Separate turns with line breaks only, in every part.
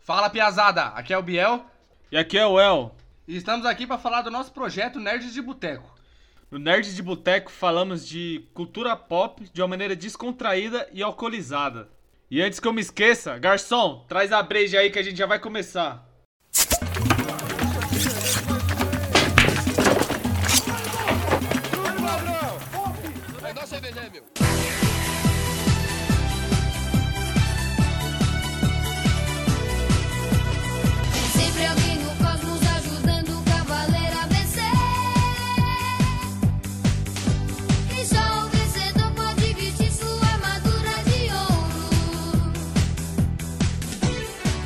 Fala, piazada! Aqui é o Biel
E aqui é o El.
e estamos aqui para falar do nosso projeto Nerds de Boteco.
No Nerd de Boteco falamos de cultura pop de uma maneira descontraída e alcoolizada. E antes que eu me esqueça, garçom, traz a breja aí que a gente já vai começar.
Sempre alguém no cosmos ajudando o cavaleiro a vencer. E só o vencedor pode vestir sua armadura de ouro.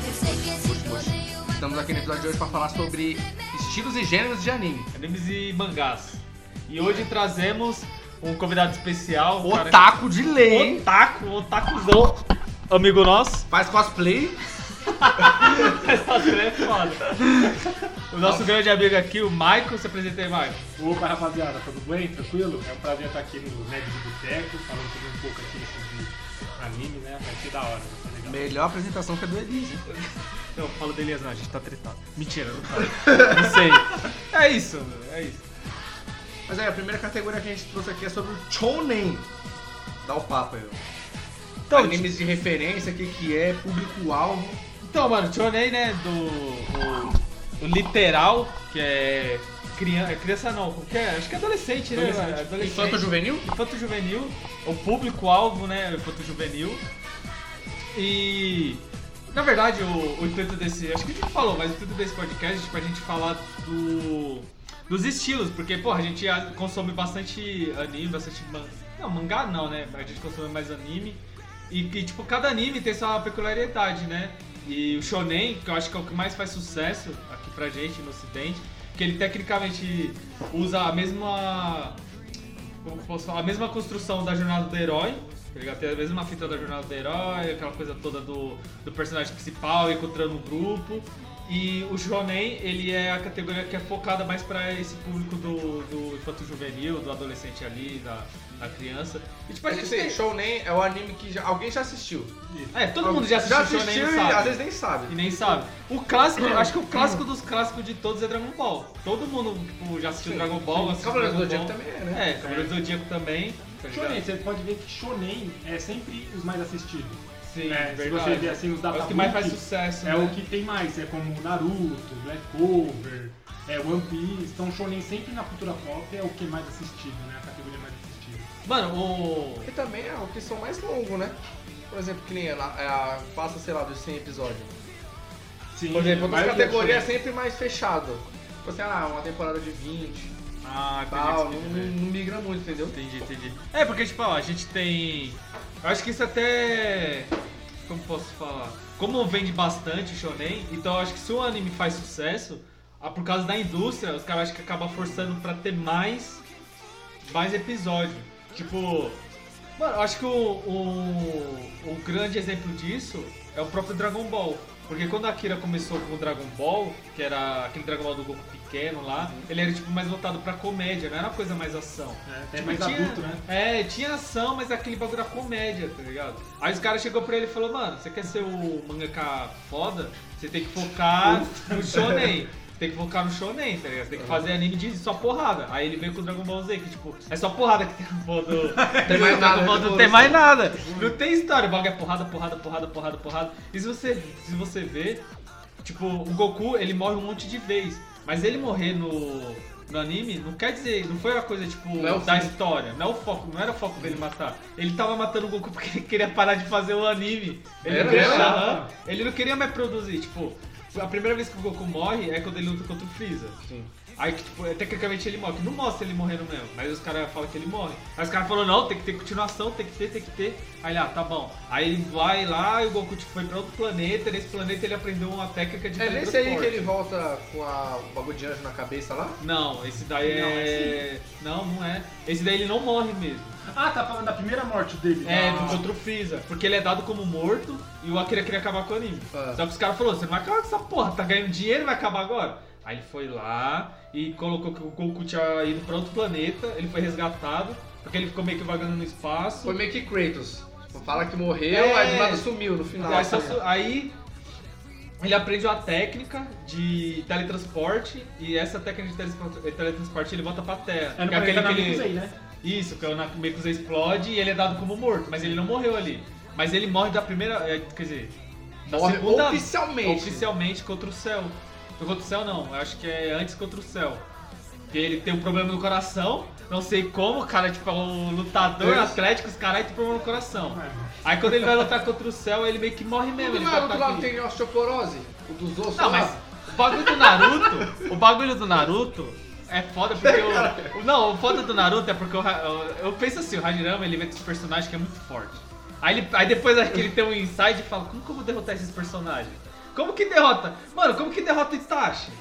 Eu sei que esse torneio vai
Estamos aqui no episódio de hoje para falar sobre estilos e gêneros de anime.
Animes e mangás. E hoje trazemos um convidado especial. um cara-
Otaku de lei, hein?
Otaku, um otakuzão. Amigo nosso.
Faz cosplay.
Essa cena é foda. O nosso grande amigo aqui, o Michael. Se apresentei, Michael.
Opa, rapaziada, tudo bem? Tranquilo? É um prazer estar aqui no Nerd de Boteco, falando sobre um pouco aqui sobre anime, né? Vai ser da hora, vai ser legal.
Melhor apresentação que a do Elis, hein?
Não, falo do Elias não, a gente tá tretado. Mentira, não falo. Não sei. É isso, é isso.
Mas aí, a primeira categoria que a gente trouxe aqui é sobre o Chonen. Dá o papo aí, ó.
Então,
Animes de referência, o que, que é, público-alvo.
Então, mano, Chonei, né, do o, o literal, que é criança, criança não, como que é? Acho que é adolescente, né, mano? Adolescente.
Infanto juvenil?
Infanto juvenil, o público-alvo, né? O infanto juvenil. E. Na verdade, o, o intuito desse. Acho que a gente falou, mas o intuito desse podcast é tipo, a gente falar do. Dos estilos, porque, porra, a gente ah, consome bastante anime, bastante mangá. Não, mangá não, né? A gente consome mais anime. E, que, tipo, cada anime tem sua peculiaridade, né? E o shonen, que eu acho que é o que mais faz sucesso aqui pra gente no ocidente, que ele tecnicamente usa a mesma como que eu posso falar, a mesma construção da jornada do herói, tá ligado? Tem a mesma fita da jornada do herói, aquela coisa toda do, do personagem principal encontrando o grupo. E o shonen, ele é a categoria que é focada mais pra esse público do, do infanto juvenil, do adolescente ali, da, da criança. E tipo, a
É que
gente
esse
tem...
Shonen é o anime que já- alguém já assistiu.
É, todo mundo já assistiu,
Já assistiu
shonen,
e
sabe.
às vezes nem sabe.
E nem sabe. O clássico, eu acho que o clássico dos clássicos de todos é Dragon Ball. Todo mundo tipo, já assistiu
Sim,
Dragon Ball, assistiu
Cavaleiros do
Dragon
Zodíaco
Ball.
também é, né?
É, Cavaleiros do Zodíaco também. tá ligado?
Shonen, você pode ver que Shonen é sempre os mais assistidos.
Sim,
É, se
verdade.
você vê assim os
É
data
o que mais
book,
faz sucesso,
É
né?
o que tem mais, é como Naruto, Black Clover, é One Piece. Então Shonen sempre na cultura pop é o que é mais assistido, né? A categoria mais assistida.
Mano, o...
E também é o que são mais longo, né? Por exemplo, que nem ela, ela passa, sei lá, dos 100 episódios.
Sim,
Por exemplo, outras
a maioria
categorias é
Shonen.
sempre mais fechado. Tipo assim, ah, uma temporada de 20,
Ah,
tal, não, não- não migra muito, entendeu?
Entendi, entendi. É, porque, tipo, ó, a gente tem... Eu acho que isso até... Como posso falar? Como vende bastante o shonen, então eu acho que se o anime faz sucesso, ah, por causa da indústria, os caras acho que acabam forçando pra ter mais... Mais episódio. Tipo... Mano, eu acho que o, o, o grande exemplo disso é o próprio Dragon Ball. Porque quando a Akira começou com o Dragon Ball, que era aquele Dragon Ball do Goku pequeno lá, ele era tipo mais voltado pra comédia, não era uma coisa mais ação.
É, até
Tipo,
mais
tinha-
adulto, né?
É, tinha ação, mas aquele bagulho da comédia, tá ligado? Aí os caras chegou pra ele e falou, mano, você quer ser o mangaka foda? Você tem que focar no shonen. Tem que focar no shonen, tá ligado? Tem
Uhum.
que fazer anime de só porrada. Aí ele veio com o Dragon Ball Z, que tipo, é só porrada que tem no Ball do...
Tem mais
do
nada,
Dragon Ball,
né?
Não tem mais nada. Não tem história. O bagulho é porrada, porrada, porrada, porrada, porrada. E se você, se você ver, Tipo, o Goku, ele morre um monte de vez. Mas ele morrer no, no anime não quer dizer, não foi uma coisa tipo
Não é o
da
fim.
história, não é o foco, não era o foco dele matar. Ele tava matando o Goku porque ele queria parar de fazer o anime. Ele,
Era,
não, queria,
era.
Aham. ele não queria mais produzir, tipo, a primeira vez que o Goku morre é quando ele luta contra o Freeza.
Sim.
Aí, que, tipo, tecnicamente ele morre. que Não mostra ele morrendo mesmo. Mas os caras falam que ele morre. Aí os caras falaram, não, tem que ter continuação, tem que ter, tem que ter. Aí ele, ah, tá bom. Aí ele vai lá e o Goku tipo, foi pra outro planeta. Nesse planeta ele aprendeu uma técnica de
É nesse aí que
teletransporte.
ele volta com a, o bagulho de anjo na cabeça lá.
Não, esse daí
Não,
é...
assim.
Não, não é. Esse daí ele não morre mesmo.
Ah, tá falando da primeira morte dele. Ah,
É,
da-
do contra o Freeza. Porque ele é dado como morto e o Akira queria acabar com o anime.
Ah.
Só que os caras falaram, você não vai acabar com essa porra, tá ganhando dinheiro, vai acabar agora? Aí ele foi lá e colocou que o Goku tinha ido pra outro planeta, ele foi resgatado, porque ele ficou meio que vagando no espaço.
Foi meio que Kratos. Tipo, Fala que morreu,
É.
aí do nada sumiu no final.
aí, só su- aí Ele aprende uma técnica de teletransporte e essa técnica de teletransporte, eh, teletransporte ele volta pra terra.
É no
Que é
planeta
aquele que ele-
Namekusei, né?
Isso, que é o Nakumekus explode e ele é dado como morto, mas ele não morreu ali. Mas ele morre da primeira. é, Quer dizer. Da
Morre
segunda,
oficialmente.
Oficialmente contra o céu. Não, Contra o céu não, eu acho que é antes contra o céu. Porque ele tem um problema no coração, não sei como, cara, tipo, é um lutador,
Deus.
atlético, os caras tem problema no coração.
Ah, mano.
Aí quando ele vai lutar contra o céu, ele meio que morre
O
mesmo.
do
ele vai
Naruto
pra
lá
aqui.
tem osteoporose? O dos ossos
Não,
lá?
mas o bagulho do Naruto. o bagulho do Naruto é foda porque o. o- Não, o foda do Naruto é porque o Ra- o- eu penso assim, o Hajirama ele inventa os personagens que é muito forte. Aí, ele, aí depois acho que ele tem um insight e fala, como que eu vou derrotar esses personagens? Como que derrota? Mano, como que derrota o Itachi?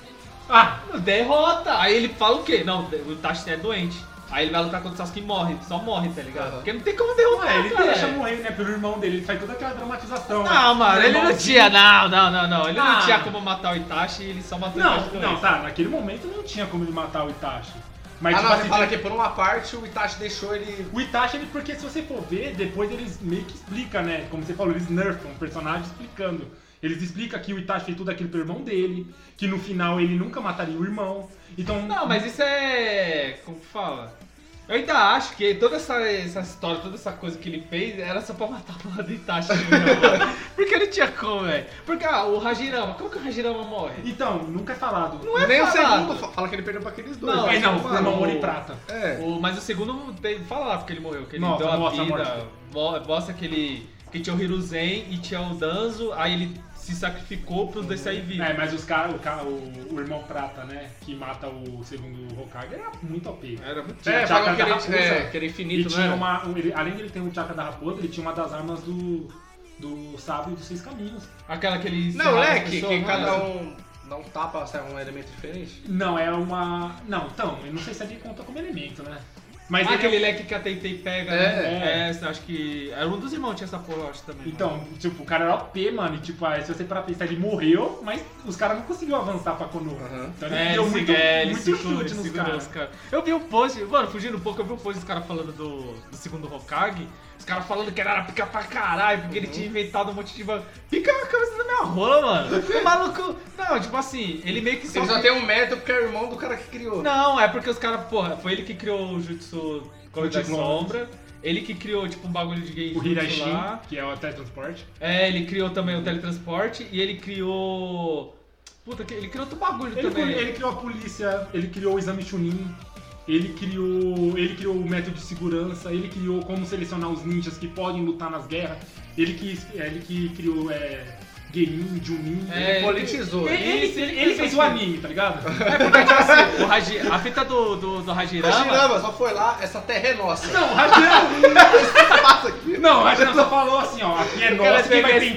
Ah, não derrota! Aí ele fala o quê? Não, o Itachi é doente. Aí ele vai lutar contra o Sasuke e morre, só morre, tá ligado?
Aham.
Porque não tem como derrotar
É, ele
Ah,
cara.
deixa morrer, né, pelo irmão dele, ele faz toda aquela dramatização.
Não,
né?
mano, ele não
Irmãozinho.
tinha, não, não, não, não. Ele
Ah.
não tinha como matar o Itachi ele só matou o Itachi
Não,
doente.
não, tá, naquele momento não tinha como ele matar o Itachi. Mas
Ah,
tipo
não, você
assim,
fala que por uma parte o Itachi deixou ele.
o Itachi, ele, porque se você for ver, depois eles meio que explicam, né? Como você falou, eles nerfam o personagem explicando. Eles explicam que o Itachi fez tudo aquilo pelo irmão dele, que no final ele nunca mataria o irmão. Então.
Não, mas isso é. Como que fala? Eu ainda acho que toda essa, essa história, toda essa coisa que ele fez era só pra matar o lado do Itachi. mano. Porque não tinha como, velho. Porque ah, o Hajirama, como que o Hajirama morre?
Então, nunca é falado.
Não é
Nem o
falado.
segundo fa- fala que ele perdeu pra aqueles dois.
Não,
Mas não,
mano,
o irmão ouro e prata.
É.
O- mas o segundo tem- fala lá porque ele morreu, que ele
Nossa,
deu a
mostra a morte.
vida, mo- mostra que ele. que tinha o Hiruzen e tinha o Danzo, aí ele se sacrificou pros dois sair vivos.
É, mas os cara, o, cara, o, o irmão prata, né? Que mata o segundo Hokage era muito OP.
Era muito
Tinha
É,
a
falam
chakra
que
da
ele,
raposa.
é, que ele é
Ele
infinito, né?
tinha uma, um- ele- além de ele ter um chakra da raposa, ele tinha uma das armas do, do sábio dos seis caminhos.
Aquela que ele.
Não,
encerrava
é
as
que,
pessoas, né?
que
não
cada
era?
um dá um tapa, sai um elemento diferente.
Não, é uma. Não, então, eu não sei se ele conta como elemento, né? Mas
Ah,
ele
aquele
é...
leque que a Teitei pega,
É.
né? É. acho que. Era um dos irmãos que tinha essa porra, eu acho também. mano.
Então, tipo, o cara era OP, mano. E tipo, aí, se você parar pra pensar, ele morreu, mas os caras não conseguiu avançar pra Konoha.
Aham.
Então ele
É,
deu
ele se-
muito,
é, ele
muito
segurou-
chute
ele
nos
segurou os
caras.
caras. Eu vi um post, mano, fugindo um pouco, eu vi um post dos caras falando do, do segundo Hokage. Os caras falando que ele era pica pra caralho, porque ele
Uhum.
tinha inventado um monte de. ba- Pica na cabeça da minha rola, mano. O maluco. Não, tipo assim, ele meio que
Ele só tem um mérito porque é o irmão do cara que criou.
Não, é porque os caras, porra, foi ele que criou o Jutsu Cor de
Jutsu Clones.
Sombra. Ele que criou, tipo, um bagulho de game
O
Jutsu
Hirashin,
lá.
que é o teletransporte.
É, ele criou também o teletransporte e ele criou. Puta, que- ele criou outro bagulho
Ele,
também.
cri- ele criou a polícia, ele criou o exame Chunin, ele criou, ele criou o método de segurança, ele criou como selecionar os ninjas que podem lutar nas guerras, ele que, ele que criou é, Genin, Junin.
É,
ele politizou.
Ele, ele-
Isso, ele-
ele
ele
fez
fez
o anime, tá ligado?
É porque, tipo assim, o Haji- a fita do, do, do Hajirama.
Hashirama só foi lá, essa terra é nossa.
Não, o Hajirama,
passa aqui.
não, o Hajirama só falou assim, ó, aqui é
o cara
nosso, quem vai
MST.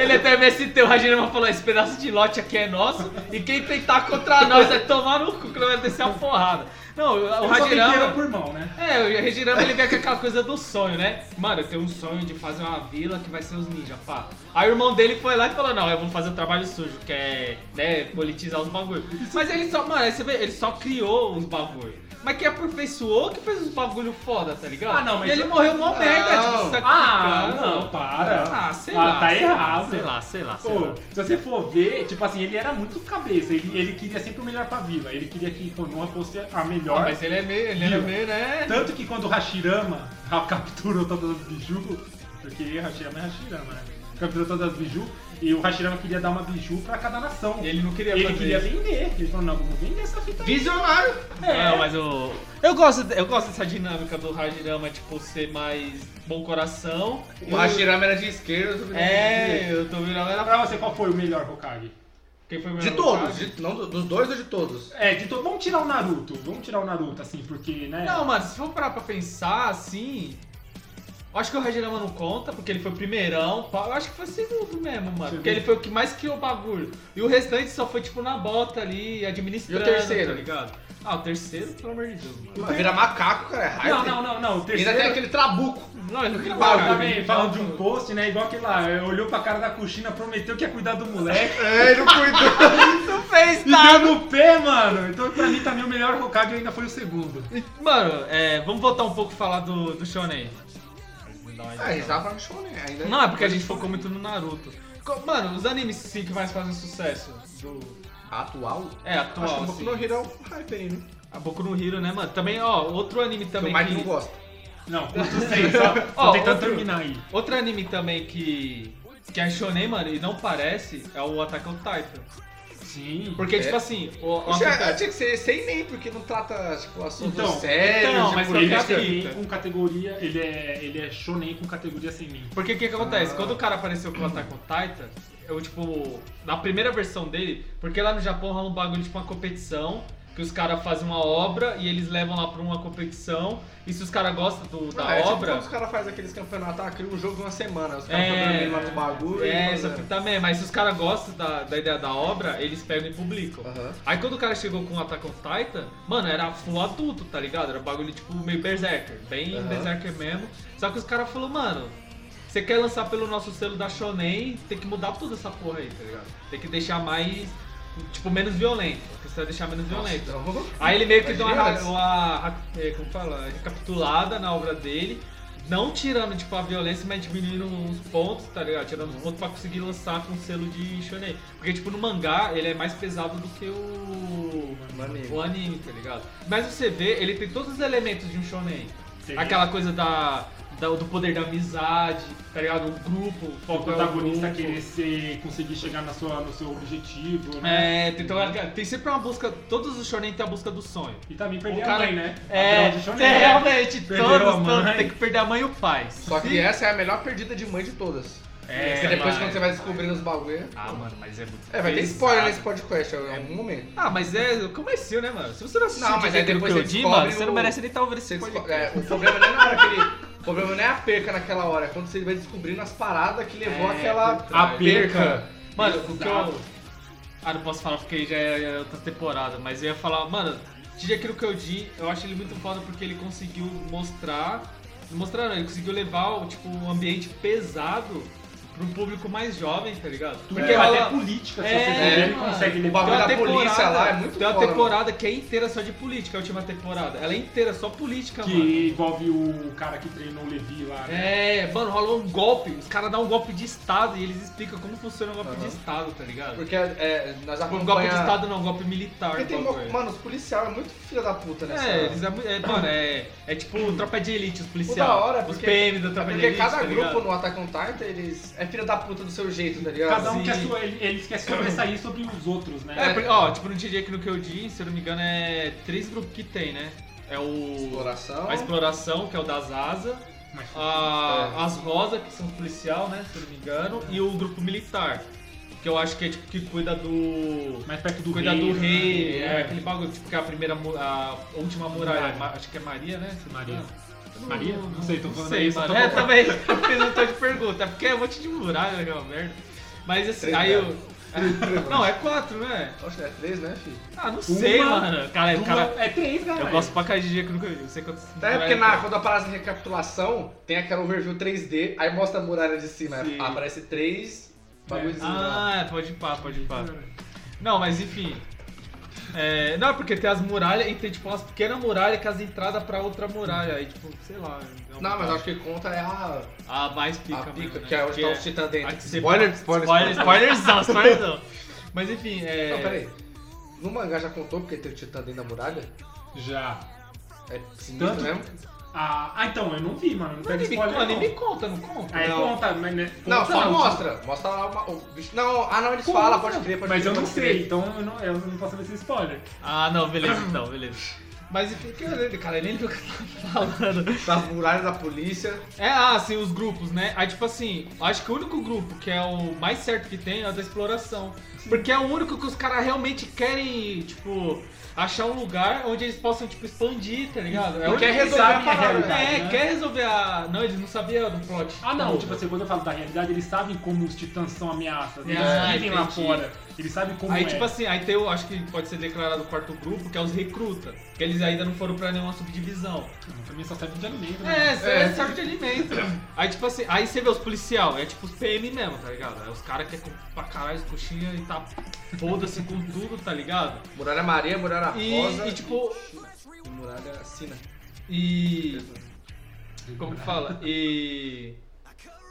Ele até MST, o Hajirama falou: esse pedaço de lote aqui é nosso e quem tentar contra nós vai tomar no cu que não vai descer a porrada. Não, o
Ele só tem dinheiro
Hajirama.
por mão, né?
É, o Regirama ele vem com aquela coisa do sonho, né? Mano, eu tenho um sonho de fazer uma vila que vai ser os ninjas, pá. Aí o irmão dele foi lá e falou, não, eu vou fazer o trabalho sujo, que é, né, politizar os bagulhos. Mas ele só, mano, aí você vê, ele só criou os bagulhos. Mas que aperfeiçoou que fez os bagulho foda, tá ligado?
Ah, não, mas
E ele
eu-
morreu mó merda,
Não.
tipo, se
Ah,
sacrificando.
não, para.
Ah, sei
Ah,
lá.
tá
sei lá,
errado.
Sei lá, sei lá, sei
Pô,
lá.
se você for ver, tipo assim, ele era muito cabeça, ele, ele queria sempre o melhor pra vila, ele queria que Konoha fosse a melhor.
Ah, mas ele é meio, ele é
Viu?
meio, né?
Tanto que quando o Hashirama ra- capturou todas as biju, porque Hashirama é Hashirama, né? Capturou todas as biju, e o Hashirama queria dar uma biju pra cada nação.
E ele não queria
Ele
fazer
queria
isso.
vender. Ele falou, não, vamos vender essa fita aí.
Visionário.
Não, mas eu. Eu gosto, eu gosto dessa dinâmica do Hajirama, tipo, ser mais bom coração.
O Hashirama era de esquerda. outro de
É,
direita.
eu tô virando
Pra
ela.
pra você, qual foi o melhor Hokage?
Quem foi o
De
melhor
todos.
Hokage?
de- não, do- dos dois ou de todos?
É, de todo. Vamos tirar o Naruto. Vamos tirar o Naruto, assim, porque, né?
Não, mano, se for parar pra pensar, assim. Eu acho que o Hajirama não conta, porque ele foi o primeirão. pá. Eu acho que foi o segundo mesmo, mano. Porque ele foi o que mais criou o bagulho. E o restante só foi, tipo, na bota ali, administrando.
E o terceiro?
Tá ligado? Ah, o terceiro, pelo amor de Deus, mano.
Vai virar macaco, cara. É hype.
não, não, não, não. O
Ainda
terceiro.
tem aquele trabuco.
Não, ele não queria
Ah,
parar.
também, falando de um post, né? Igual aquele lá, olhou pra cara da coxina, prometeu que ia cuidar do moleque.
É, ele não cuidou.
Não fez
E deu no pé, mano. Então, pra mim, também o melhor Hokage ainda foi o segundo.
Mano, é, vamos voltar um pouco e falar do, do Shonen. é
Ah, já vai no show, né? Ainda
Não, é porque a gente focou muito no Naruto. Co- Mano, os animes sim que mais fazem sucesso. Do...
Atual?
É,
Acho que
atual,
o
assim.
Boku no Hero é um hype aí, né?
A Boku no Hero, né, mano? Também, ó, outro anime
Que
também
o Mike
que...
não gosta.
Não, curto sim, só, só
Ó,
tentando
outro-
terminar aí.
Outro anime também que... Que é shonen, mano, e não parece, é o Attack on Titan.
Sim.
Porque,
É.
tipo assim... O, o
Tinha,
Attack on Titan-
tinha que ser sem nem, porque não trata, tipo, assuntos
Então,
sérios,
então,
de
mas
Ele é
política.
shonen com categoria. Ele é, ele é shonen com categoria sem mim.
Porque o que, que acontece?
Ah.
Quando o cara apareceu com o Attack on Titan, eu, tipo, na primeira versão dele, porque lá no Japão rola um bagulho, tipo, uma competição, que os caras fazem uma obra e eles levam lá pra uma competição, e se os caras gostam do- da
Ah, é tipo
obra.
quando os caras fazem aqueles campeonatos, ah, cria um jogo em uma semana. Os caras ficam
é,
dormindo lá no bagulho.
é,
e
isso
fazendo.
também, mas se os caras gostam da, da ideia da obra, eles pegam e publicam.
Aham.
Aí quando o cara chegou com o Attack on Titan, mano, era full adulto, tá ligado? Era bagulho tipo meio berserker, bem
Aham.
berserker mesmo. Só que os caras falaram, mano, você quer lançar pelo nosso selo da Shonen, tem que mudar toda essa porra aí, tá ligado? Tem que deixar mais, tipo, menos violento. Porque você vai deixar menos violento.
Então,
Aí ele meio que deu
Imagina
uma,
antes.
uma é, como fala, recapitulada na obra dele, não tirando tipo a violência, mas diminuindo uns pontos, tá ligado? Tirando uns pontos pra conseguir lançar com selo de shonen. Porque tipo no mangá ele é mais pesado do que o
No anime.
o anime, tá ligado? Mas você vê, ele tem todos os elementos de um shonen.
Tem.
Aquela coisa da, da- do poder da amizade, tá ligado? O grupo, o
O
foco é o
protagonista
grupo.
querer ser, conseguir chegar na sua, no seu objetivo, né?
É, tem, tem sempre uma busca, todos os shonen tem a busca do sonho.
E também perder
O cara-
a mãe, né?
É,
Afinal de shonen,
é,
né?
realmente,
Perdeu
todos,
a mãe.
todos tem que perder a mãe e o pai.
Só que essa é a melhor perdida de mãe de todas.
É,
Porque depois
mas-
quando você vai descobrindo os bagulho.
Ah, mano, mas é muito.
É, vai ter
pesado.
spoiler nesse podcast em algum momento.
Ah, mas é. Como é seu, né, mano? Se você não assistiu
Não, mas aí
Shingeki no
depois você
Kyojin,
descobre
mano, você não
o-
merece nem estar ouvindo esse
Você desco-
podcast.
é, o problema não é na hora que ele. O problema não é a perca naquela hora, é quando você vai descobrindo as paradas que levou
É,
àquela
por
aquela
trás.
A perca.
Mano, o que
Exato.
eu. Ah, não posso falar porque aí já é é outra temporada, mas eu ia falar, mano, DJ Kiro Kyojin, eu acho ele muito foda porque ele conseguiu mostrar. não Mostrar não, ele conseguiu levar o, tipo, um ambiente pesado pra um público mais jovem, tá ligado?
Porque até política, se
É,
você ver, ele
mano.
consegue
O bagulho
levar.
da polícia lá é muito
Tem uma
foda,
temporada que é inteira só de política, a última temporada. Ela é inteira só política, mano.
Que envolve o cara que treinou o Levi lá. né?
É, mano, rola um golpe, os caras dão um golpe de estado e eles explicam como funciona um golpe
Aham.
de estado, tá ligado?
Porque é, nós
Um golpe de
acompanhamos.
estado não, um golpe militar.
Porque tem
um
mo-
bagulho.
Mano, os policiais é muito filha da puta nessa.
É, eles é, mu- é, mano, é, é tipo tropa de elite, os
O
policiais.
da hora,
os
porque, é
PM da tropa de
porque
elite.
cada
tá ligado?
grupo no Attack on Titan, eles é filha da puta do seu jeito, tá ligado?
Cada um
Sim.
quer sua, ele- eles querem sobressair sobre os outros, né?
É, porque, ó, tipo no DJ aqui no Kyojin, se eu não me engano, é três grupos que tem, né? É o.
Exploração.
A exploração, que é o das asas.
Mas-
Ah,
É.
a- as rosas, que são policial, né? Se eu não me engano. E o grupo militar. Que eu acho que é tipo que cuida do.
Mais perto do
cuida
rei.
do rei.
né?
É. aquele bagulho, tipo, que é a primeira. mu- A última muralha.
Muralha.
Ma- Acho que é Maria, né? Se eu não me
Maria.
engano. Eu não-
Maria? Não sei, tô
não
falando
sei,
isso,
mano.
tô
É,
bom.
também. Eu fiz um tanto de pergunta. É porque é um monte de muralha, aquela merda. Mas assim,
Três
aí eu.
muralhas.
Não, é quatro, né?
Acho que é três, né, filho?
Ah, não sei,
Uma,
mano. Cara, o
Duas-
cara.
É três, né?
Eu gosto pra caralho de dia que eu nunca vi. Não sei quantos.
É porque na, quando aparece a recapitulação, tem aquela overview 3D, aí mostra a muralha de cima.
Sim.
Aparece três bagulhozinhos lá.
Ah, é, pode ir pá, pode ir pá.
né?
Não, mas enfim. É, não, porque tem as muralhas e tem tipo umas pequenas muralhas com as entradas pra outra muralha. Aí, tipo, sei lá. é uma-
Não, mas acho que conta é a,
A mais pica,
a pica,
mesmo, né?
que é onde tá os
Porque
titãs
a
dentro.
que você-
Spoiler, spoiler,
spoiler. Spoilerzão, spoilerzão. Mas enfim, é.
Não, peraí. No mangá já contou porque tem o titã dentro da muralha?
Já.
É sinistro
Tanto-
mesmo?
Ah, ah, então, eu não vi, mano. Não
O
pega
anime,
spoiler.
o anime
não.
conta, não conta?
Aí
Não.
conta, mas né?
Não,
conta
só mostra. Mostra lá uma, o bicho. Não, ah não, eles
Conta.
falam, pode crer, pode
Mas
crer,
eu não
pode crer.
sei, então eu não, eu não posso ver esse spoiler.
Ah, não, beleza, então, beleza. Mas enfim, cara, cara, ele nem viu o que eu tava falando.
Das muralhas da polícia.
É, ah, assim, os grupos, né? Aí, tipo assim, acho que o único grupo que é o mais certo que tem é o da exploração. Porque é o único que os caras realmente querem, tipo, achar um lugar onde eles possam, tipo, expandir, tá ligado? É o
Porque
único
é
que
resolver
sabe
a
que é
parada,
realidade, É,
né?
quer resolver a. Não, eles não sabiam do plot.
Ah, não, tipo assim, quando eu falo da realidade, eles sabem como os titãs são ameaças. Eles
Ah,
vivem lá
entendi.
fora. Eles sabem como
Aí,
é.
tipo assim, aí tem o, acho que pode ser declarado o quarto grupo, que é os recruta. Que eles ainda não foram pra nenhuma subdivisão.
Pra mim só serve de alimento, né?
É, serve, serve de alimento. Aí, tipo assim, aí você vê os policial, é tipo os PM mesmo, tá ligado? É os caras que é com, pra caralho as coxinhas e tá foda-se com tudo, tá ligado?
Muralha Maria, Muralha Rosa.
E, e, tipo,
e Muralha Sina.
e. Como que fala? E.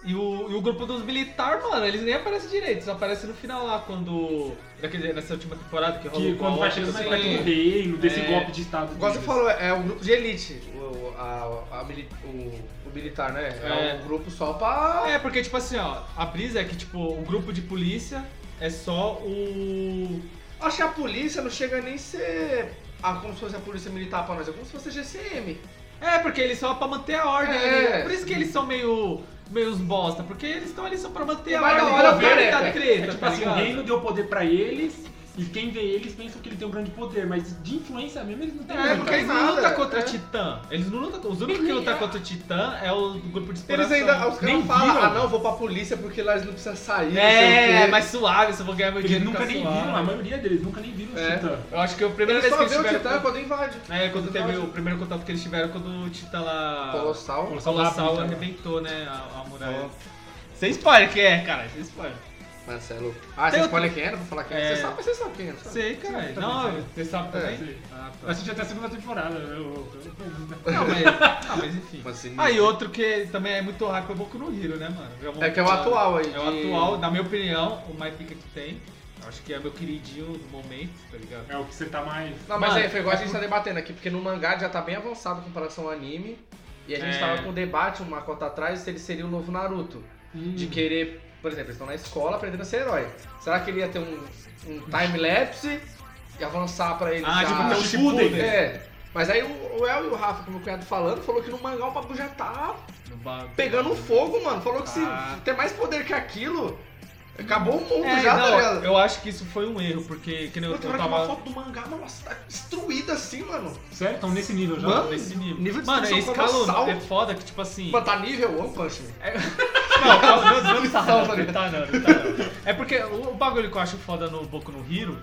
E o, e o grupo dos militares, mano, eles nem aparecem direito, só aparece no final lá, quando. Naquele, nessa última temporada que rola
Que
o
quando vai
golpe,
chegando mais
assim,
perto do reino, desse
É.
golpe de estado.
Igual você
deles.
falou, é um grupo de elite, o, a- a mili- o- o militar, né? É,
É.
um grupo só pra.
É, porque, tipo assim, ó, a brisa é que, tipo, o grupo de polícia é só o.
Acho que a polícia não chega nem ser. Ah, como se fosse a polícia militar pra nós, é como se fosse a GCM.
É, porque eles só pra manter a ordem
É.
ali. Por isso que eles são meio. meio os bosta, porque eles estão ali só pra manter a
Vai
ordem.
dar
Olha o
hora,
cara que
né,
tá
cara?
treta,
É tipo
tá
assim, o
ligado?
reino deu poder pra eles, e quem vê eles pensa que ele tem um grande poder, mas de influência mesmo eles não têm
É,
muita.
Porque eles não
nada,
lutam contra
é.
o Titã. Eles não lutam. Os únicos que lutam contra o Titã é o grupo de
Eles
exploração.
ainda. Os caras
Nem
falam,
viram.
ah não, vou pra polícia porque lá eles não precisam sair. não sei o
É,
quê.
mais suave, se eu vou ganhar meu
Eles
dinheiro.
nunca
fica
nem
suave.
viram, a maioria deles nunca nem viram os
É.
titãs.
Eu acho que a primeira
Eles
vez
só
que eles
vê o
tiveram.
Titã quando invade.
É, quando teve
invade.
o primeiro contato que eles tiveram quando o Titã lá.
Colossal.
O Colossal
Lá,
arrebentou, né? A, a muralha.
Nossa.
Sem spoiler, que é, cara? Sem spoiler.
Marcelo. Ah,
Tem
você
outro-
escolhe quem é? Não vou falar quem é.
É.
Você sabe, mas você sabe quem é. não sabe?
Sei, cara. Não, você sabe
É.
também?
Sim.
Ah,
Eu assisti até a segunda temporada. eu- eu-
Não, mas, ah, mas enfim.
Mas assim,
Ah, e outro que também é muito hype é o Boku no Hero, né, mano? Já vou
É que é o
falar.
atual aí,
É o
de-
atual, na minha opinião, o mais pica que tem. Acho que é meu queridinho do momento, tá ligado?
É o que você tá mais.
Não, mas
Mano,
é, foi igual a
é
gente tá debatendo aqui, porque no mangá já tá bem avançado em comparação ao anime. E a gente
É.
tava com um debate uma cota atrás se ele seria o novo Naruto. De querer, por exemplo, eles estão na escola aprendendo a ser herói. Será que ele ia ter um, um time-lapse e avançar pra ele
Ah,
já?
tipo, até o
Shippuden.
Shippuden.
É. Mas aí o, o El e o Rafa, que meu cunhado falando, falou que no mangá o bagulho já tá
No ba-
pegando fogo, mano. Falou que se
Tá.
tem mais poder que aquilo, acabou o mundo
É,
já, tá
não,
ligado?
eu acho que isso foi um erro, porque que nem
Eu
eu, eu
tenho uma
tava
foto do mangá, nossa, tá destruída assim, mano.
Sério? Estão nesse nível já?
Mano,
nesse nível.
nível de
Mano, é
destruição
escalonado,
colossal.
é foda que tipo assim...
Mano, tá nível One Punch Man.
É Não, calma, não, não tá,
Calma,
não, não
né?
tá, não, não tá, não. É porque o o bagulho que eu acho foda no Boku no Hero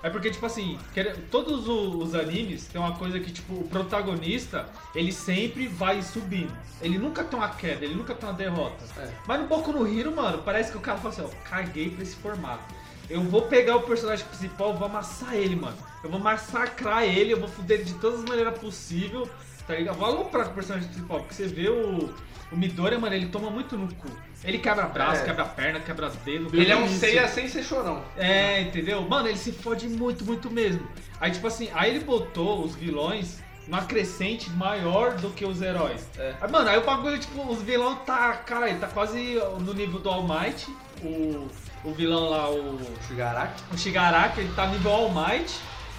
é porque, tipo assim, quer- todos o- os animes tem uma coisa que, tipo, o protagonista, ele sempre vai subindo. Ele nunca tem uma queda, ele nunca tem uma derrota.
É.
Mas no Boku no Hero, mano, parece que o cara fala assim, ó, caguei pra esse formato. Eu vou pegar o personagem principal, eu vou amassar ele, mano. Eu vou massacrar ele, eu vou fuder ele de todas as maneiras possível, tá ligado? Eu Vou aloprar com o personagem principal, porque você vê o, o Midoriya, mano, ele toma muito no cu. Ele quebra braço,
É.
quebra perna, quebra dedo.
Ele
quebra
é um
isso.
Seiya sem ser chorão.
É, entendeu? Mano, ele se fode muito, muito mesmo. Aí, tipo assim, aí ele botou os vilões numa crescente maior do que os heróis.
É.
Aí, mano, aí o bagulho, tipo, os vilão tá, caralho, tá quase no nível do All Might. O, o vilão lá, o,
Shigaraki.
o Shigaraki, ele tá nível All Might.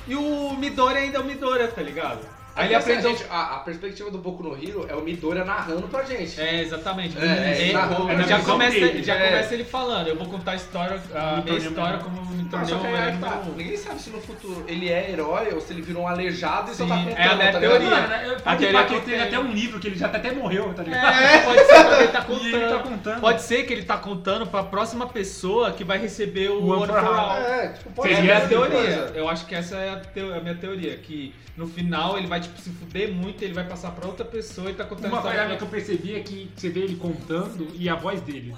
E o Midoriya ainda é o Midoriya, tá ligado? Aí assim, ele aprendeu...
A, gente- a- a perspectiva do Boku no Hero é o Midoriya narrando pra gente.
É, exatamente.
É, é,
Ele-
na rua,
ele
na
já
visão
começa,
dele.
já
É.
começa ele falando, eu vou contar a história, a minha
Me tornei um
história
herói.
como eu me
Mas
tornei
só que
um
aí
herói
tá,
número um.
ninguém sabe se no futuro ele é herói ou se ele virou um aleijado e só tá
Sim,
contando,
é a minha
tá
teoria.
ligado?
Mano, eu-
A teoria
pode falar que ele
contém.
teve até um livro que ele já tá até morreu, tá ligado?
É, pode ser que ele tá
E ele tá
contando.
contando.
Pode ser que ele tá contando pra próxima pessoa que vai receber o
O One
One
for
for
All.
All.
É, tipo, pode
É
ser
a
Seria
minha
essa
teoria.
coisa.
Eu acho que essa é a, teo- a minha teoria. Que no final ele vai tipo, se fuder muito, ele vai passar pra outra pessoa e tá contando
Uma
a história.
parada que eu percebi é que você vê ele contando e a voz dele.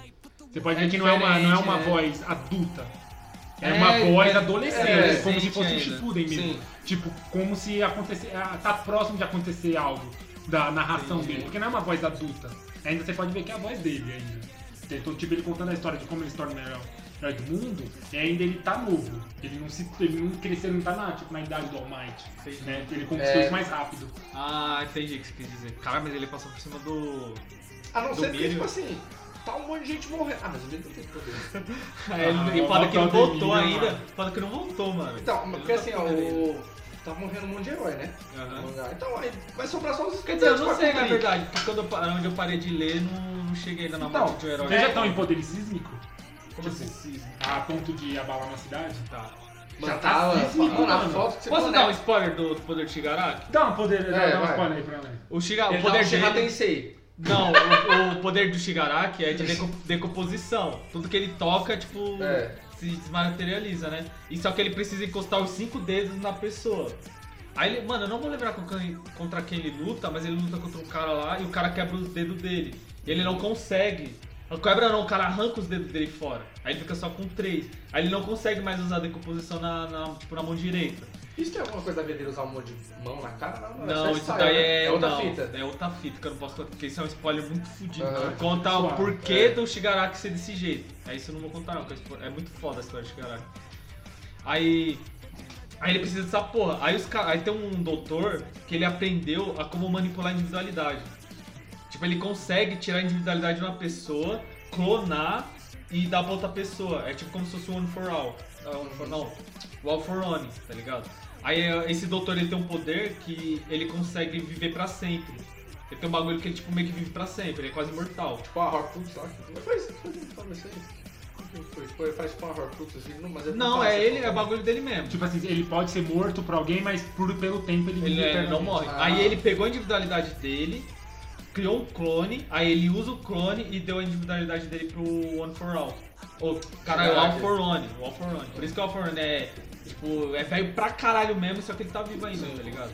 Você pode
É
ver que não é uma, não é uma
diferente, né?
voz adulta. É,
É,
uma voz
é-
adolescente,
é adolescente
como se fosse um
ainda.
Shippuden mesmo.
Sim.
Tipo, como se acontecesse. ah, Tá próximo de acontecer algo da narração
Entendi.
dele, porque não é uma voz adulta. Ainda você pode ver que é a voz dele ainda. Então, tipo, ele contando a história de como ele se torna o melhor herói do mundo, e ainda ele tá novo. Ele não, se, ele não cresceu, ele não tá na, tipo, na idade do All Might.
Entendi.
Né? Ele conquistou
É.
isso mais rápido.
Ah, entendi o que você quis dizer. Caralho, mas ele passou por cima do.
A não
Do
ser que,
milho.
tipo assim, tá um monte de gente morrendo. Ah, mas o Midoriya tem poder.
É, ele,
Ah,
ele fala que não
voltar ao
voltou
domínio,
ainda.
mano.
Fala que não voltou, mano.
Então,
Ele
mas porque
não tá
assim, ó,
podendo.
o... tá morrendo um monte de herói, né?
Aham.
No mangá. Então, aí vai sobrar só os
Quer dizer, eu não
pra
sei na
cumprir.
verdade, porque quando eu, pa- onde eu parei de ler, não, não cheguei ainda na
Então,
morte de um herói.
Vocês já estão em poder sísmico?
Como
Tipo,
assim?
a ponto de abalar uma cidade?
Tá.
Já
Já
tá
tá
ó,
sísmico,
falando na
mano.
foto que você
Posso
falou,
dar um
né?
spoiler do poder de Shigaraki?
Dá um poder,
É,
dá um
vai.
spoiler aí pra nós.
O, Shiga,
Ele
o
dá um
poder
Shira
dele...
Tensei.
Não, o, o poder do Shigaraki é de deco- decomposição. Tudo que ele toca, tipo,
É.
se desmaterializa, né? E só que ele precisa encostar os cinco dedos na pessoa. Aí ele, mano, eu não vou lembrar com quem- contra quem ele luta, mas ele luta contra um cara lá e o cara quebra os dedos dele. E ele não consegue. Não quebra não, o cara arranca os dedos dele fora. Aí ele fica só com três. Aí ele não consegue mais usar a decomposição na, na- tipo, na mão direita.
Isso tem alguma coisa a ver dele usar um monte de mão na cara? Não,
Não,
é
isso
saia,
daí
né?
é,
outra
não,
fita.
É outra fita que eu não posso contar, porque isso é um spoiler muito fodido.
Aham.
Eu Conta o
Suave,
porquê
é.
do Shigaraki ser desse jeito. É isso eu não vou contar, não, porque é spo- é muito foda a história do Shigaraki. Aí. Aí ele precisa dessa porra. Aí, os, ca- aí tem um doutor que ele aprendeu a como manipular a individualidade. Tipo, ele consegue tirar a individualidade de uma pessoa, clonar e dar pra outra pessoa. É tipo como se fosse um one for all. Ah, One for, não, o all for one, tá ligado? Aí eh, esse doutor ele tem um poder que ele consegue viver pra sempre. Ele tem um bagulho que ele tipo, meio que vive pra sempre, ele é quase imortal.
Tipo a Horcrux lá. Mas foi isso, foi isso, foi isso aí. Foi, foi, faz tipo uma Horcrux assim, não, mas é
Não, é ele, é bagulho dele mesmo.
Tipo assim, ele pode ser morto por alguém, mas por, pelo tempo
Ele,
ele vive
ele não
eternamente.
morre.
Ah.
Aí ele pegou a individualidade dele, criou um clone, aí ele usa o clone e deu a individualidade dele pro One for All. Ou, caralho,
Caraca.
All for One, All for One. Por isso que o All for One é, tipo, é velho pra caralho mesmo, só que ele tá vivo ainda, tá ligado?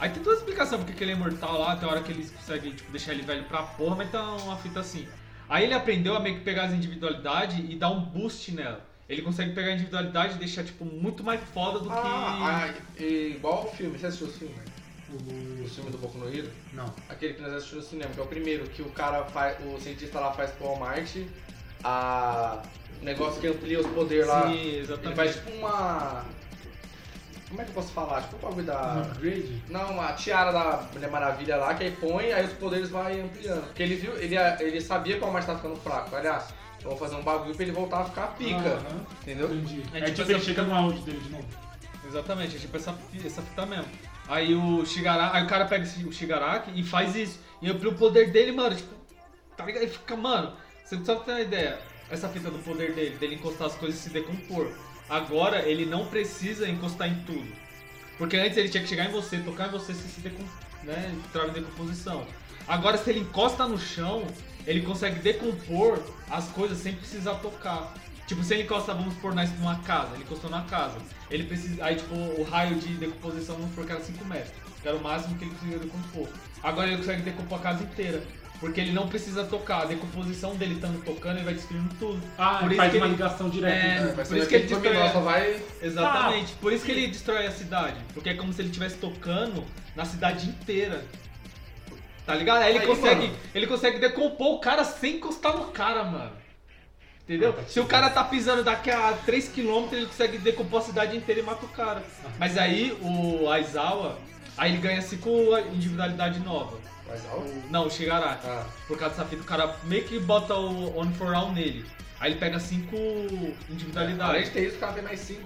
Aí tem toda a explicação porque que ele é imortal lá, tem hora que eles conseguem tipo, deixar ele velho pra porra, mas tá uma fita assim. Aí ele aprendeu a meio que pegar as individualidades e dar um boost nela. Ele consegue pegar a individualidade e deixar, tipo, muito mais foda do que...
Ah, ah, e- igual o filme, você assistiu o filme? O
O-
filme do Boku no Hero?
Não.
Aquele que nós assistimos no cinema, que é o primeiro, que o cara faz. O cientista lá faz pro Walmart a. O negócio que amplia os poderes lá.
Sim,
ah, Ele
exatamente.
faz tipo uma. Como é que eu posso falar? Tipo o bagulho
Uhum.
da.
Upgrade?
Não, a tiara da Mulher Maravilha lá, que aí põe, aí os poderes vai ampliando. Porque ele viu, ele, ele sabia que o Walmart tava ficando fraco. Aliás, vamos fazer um bagulho pra ele voltar a ficar pica.
Aham.
Entendeu?
Entendi.
É
É,
tipo
tipo,
essa-
ele chega no auge dele de novo.
Exatamente, é tipo essa, fi- essa fita mesmo. Aí o Shigaraki, aí o cara pega esse- o Shigaraki e faz isso. E amplia o poder dele, mano, tipo, tá ligado? Ele fica, mano, você só pra ter uma ideia, essa fita do poder dele, dele encostar as coisas e se decompor. Agora ele não precisa encostar em tudo. Porque antes ele tinha que chegar em você, tocar em você, se se decom... né, entrar em decomposição. Agora se ele encosta no chão, ele consegue decompor as coisas sem precisar tocar. Tipo, se ele encosta, vamos supor, na- numa casa, ele encostou na casa. Ele precisa. Aí, tipo, o raio de decomposição, vamos supor, que era 5 metros. Que era o máximo que ele precisa decompor. Agora ele consegue decompor a casa inteira. Porque ele não precisa tocar. A decomposição dele estando tocando, ele vai destruindo tudo.
Ah,
Por
ele
isso
faz
que
uma
ele-
ligação direta.
É.
Vai ser
Por isso que ele
efeito
destrói-
dominó, só vai.
Exatamente, por isso que ele destrói a cidade. Porque é como se ele estivesse tocando na cidade inteira. Tá ligado? Aí ele
Aí,
consegue.
mano.
Ele consegue decompor o cara sem encostar no cara, mano. Entendeu?
Ah, tá
Se o cara tá pisando daqui a 3km, ele consegue decompor a cidade inteira e mata o cara. Mas aí o Aizawa, aí ele ganha 5 individualidade nova.
Mas alto.
Não, o Shigaraki.
Ah,
Por causa dessa fita, o cara meio que bota o One for All nele. Aí ele pega 5
além
individualidades.
de ter isso, o cara tem mais cinco.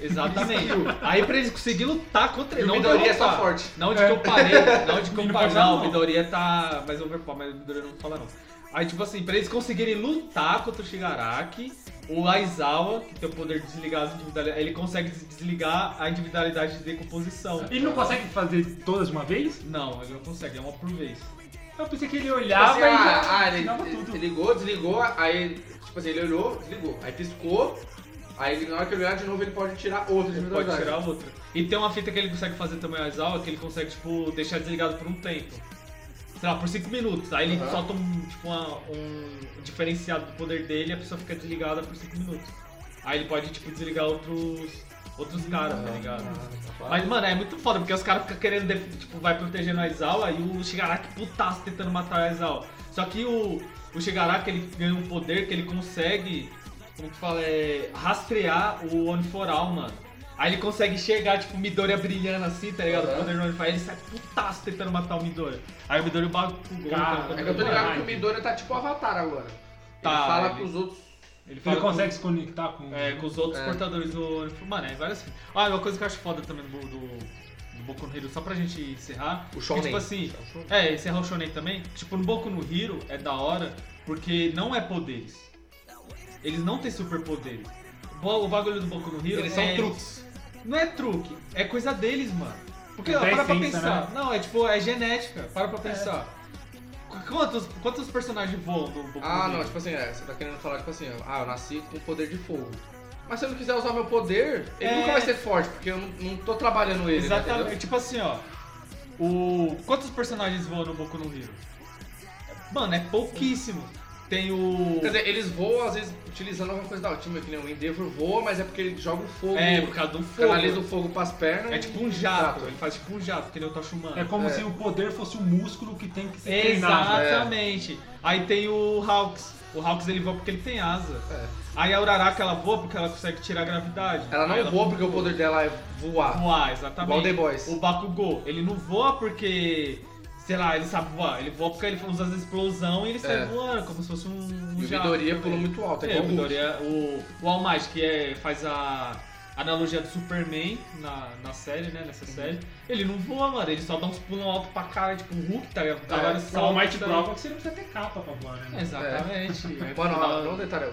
Exatamente. Aí pra eles conseguirem lutar contra
E
ele.
o
Não,
Midoriya é
derrotar.
só forte.
Não, de que eu parei. Não, de que eu parei.
Não pode falar,
Não, o
não.
Midoriya tá mais overpower, mas o Midoriya não fala não. Aí, tipo assim, pra eles conseguirem lutar contra o Shigaraki, o Aizawa, que tem o poder de desligar as individualidades, ele consegue des- desligar a individualidade de
É.
decomposição.
Ele não consegue fazer todas de uma vez?
Não, ele não consegue, é uma por vez.
Eu pensei que ele
Tipo
olhava
assim,
e
ah,
já
ah, ele,
dava
ele-
tudo.
ele ligou, desligou, aí, tipo assim, ele olhou, desligou. Aí piscou, aí na hora que ele olhar de novo, ele pode tirar outro de
Ele pode
verdade.
tirar outra. E tem uma fita que ele consegue fazer também, o Aizawa, que ele consegue, tipo, deixar desligado por um tempo. Sei lá, por 5 minutos. Aí ele
Aham.
solta um, tipo, uma- um diferenciado do poder dele e a pessoa fica desligada por 5 minutos. Aí ele pode, tipo, desligar outros, outros caras, tá ligado? Mas, mano, é muito foda, porque os caras ficam querendo, def- tipo, vai protegendo a Aizawa e o Shigaraki putaço tentando matar a Aizawa. Só que o, o Shigaraki, ele ganha um poder que ele consegue, como que fala, é, rastrear o One for All, mano. Aí ele consegue chegar, tipo, Midoriya brilhando assim, tá ligado? O
Aham.
poder do One for All, ele sai putaço tentando matar o Midoriya. Aí o Midoriya bagulho.
Cara,
É que eu tô ligado que o Midoriya tá tipo Avatar agora. ele
Tá,
fala
ele-
com os outros.
Ele, fala
Ele
com-
consegue se conectar com.
É, com os outros
É.
portadores do. Mano, é várias. Ah, uma coisa que eu acho foda também do, do, do Boku no Hero, só pra gente encerrar.
O
que,
Shonen.
Tipo assim, é, encerrar o Shonen também. Tipo, no Boku no Hero é da hora porque não é poderes. Eles não têm superpoderes. Bo- O bagulho do Boku no Hero
Eles
é-
são truques.
Não é truque, é coisa deles, mano. Porque,
É
ó,
da
para pra
essência,
pensar.
né?
Não, é tipo, é genética. Para pra pensar. Qu- Quantos, quantos personagens voam no Boku
Ah,
no Hero?
não, tipo assim, é, você tá querendo falar, tipo assim, ó, ah, eu nasci com poder de fogo. Mas se eu não quiser usar meu poder, ele
É.
nunca vai ser forte, porque eu não, não tô trabalhando ele. né,
Exatamente.
entendeu?
tipo assim, ó. O... Quantos personagens voam no Boku no Hero? Mano, é pouquíssimo. Tem o.
Quer dizer, eles voam, às vezes, utilizando alguma coisa da altima, que nem o Endeavor voa, mas é porque ele joga o fogo.
É, por causa do fogo.
Canaliza o fogo pras pernas.
É tipo um jato, ele faz tipo um jato, que nem o Tocha Humana.
É como
É.
se o poder fosse o músculo que tem que ser treinado.
Exatamente. É. Aí tem o Hawks. O Hawks ele voa porque ele tem asa.
É.
Aí a Uraraka ela voa porque ela consegue tirar a gravidade.
Ela não
Aí
voa porque o poder dela é voar.
voar, exatamente.
Igual The Boys.
O Bakugou, ele não voa porque, sei lá, ele sabe voar. Ele voa porque ele usa as explosão e ele sai
É.
voando, como se fosse um, um
E o
jato
Midoriya
também.
pulou muito alto, é
É,
igual
o
o Hulk.
Midoriya, o, o All Might, que é, faz a analogia do Superman na, na série, né, nessa série. Ele não voa, mano, ele só dá uns pulos alto pra cara, tipo o Hulk, tá ligado? Dá
É,
vários
O All
saltos,
Might
tá ligado?
prova que você não precisa ter capa pra voar, né?
Exatamente. Aí
Mano,
dá-
É. não, não detalhe.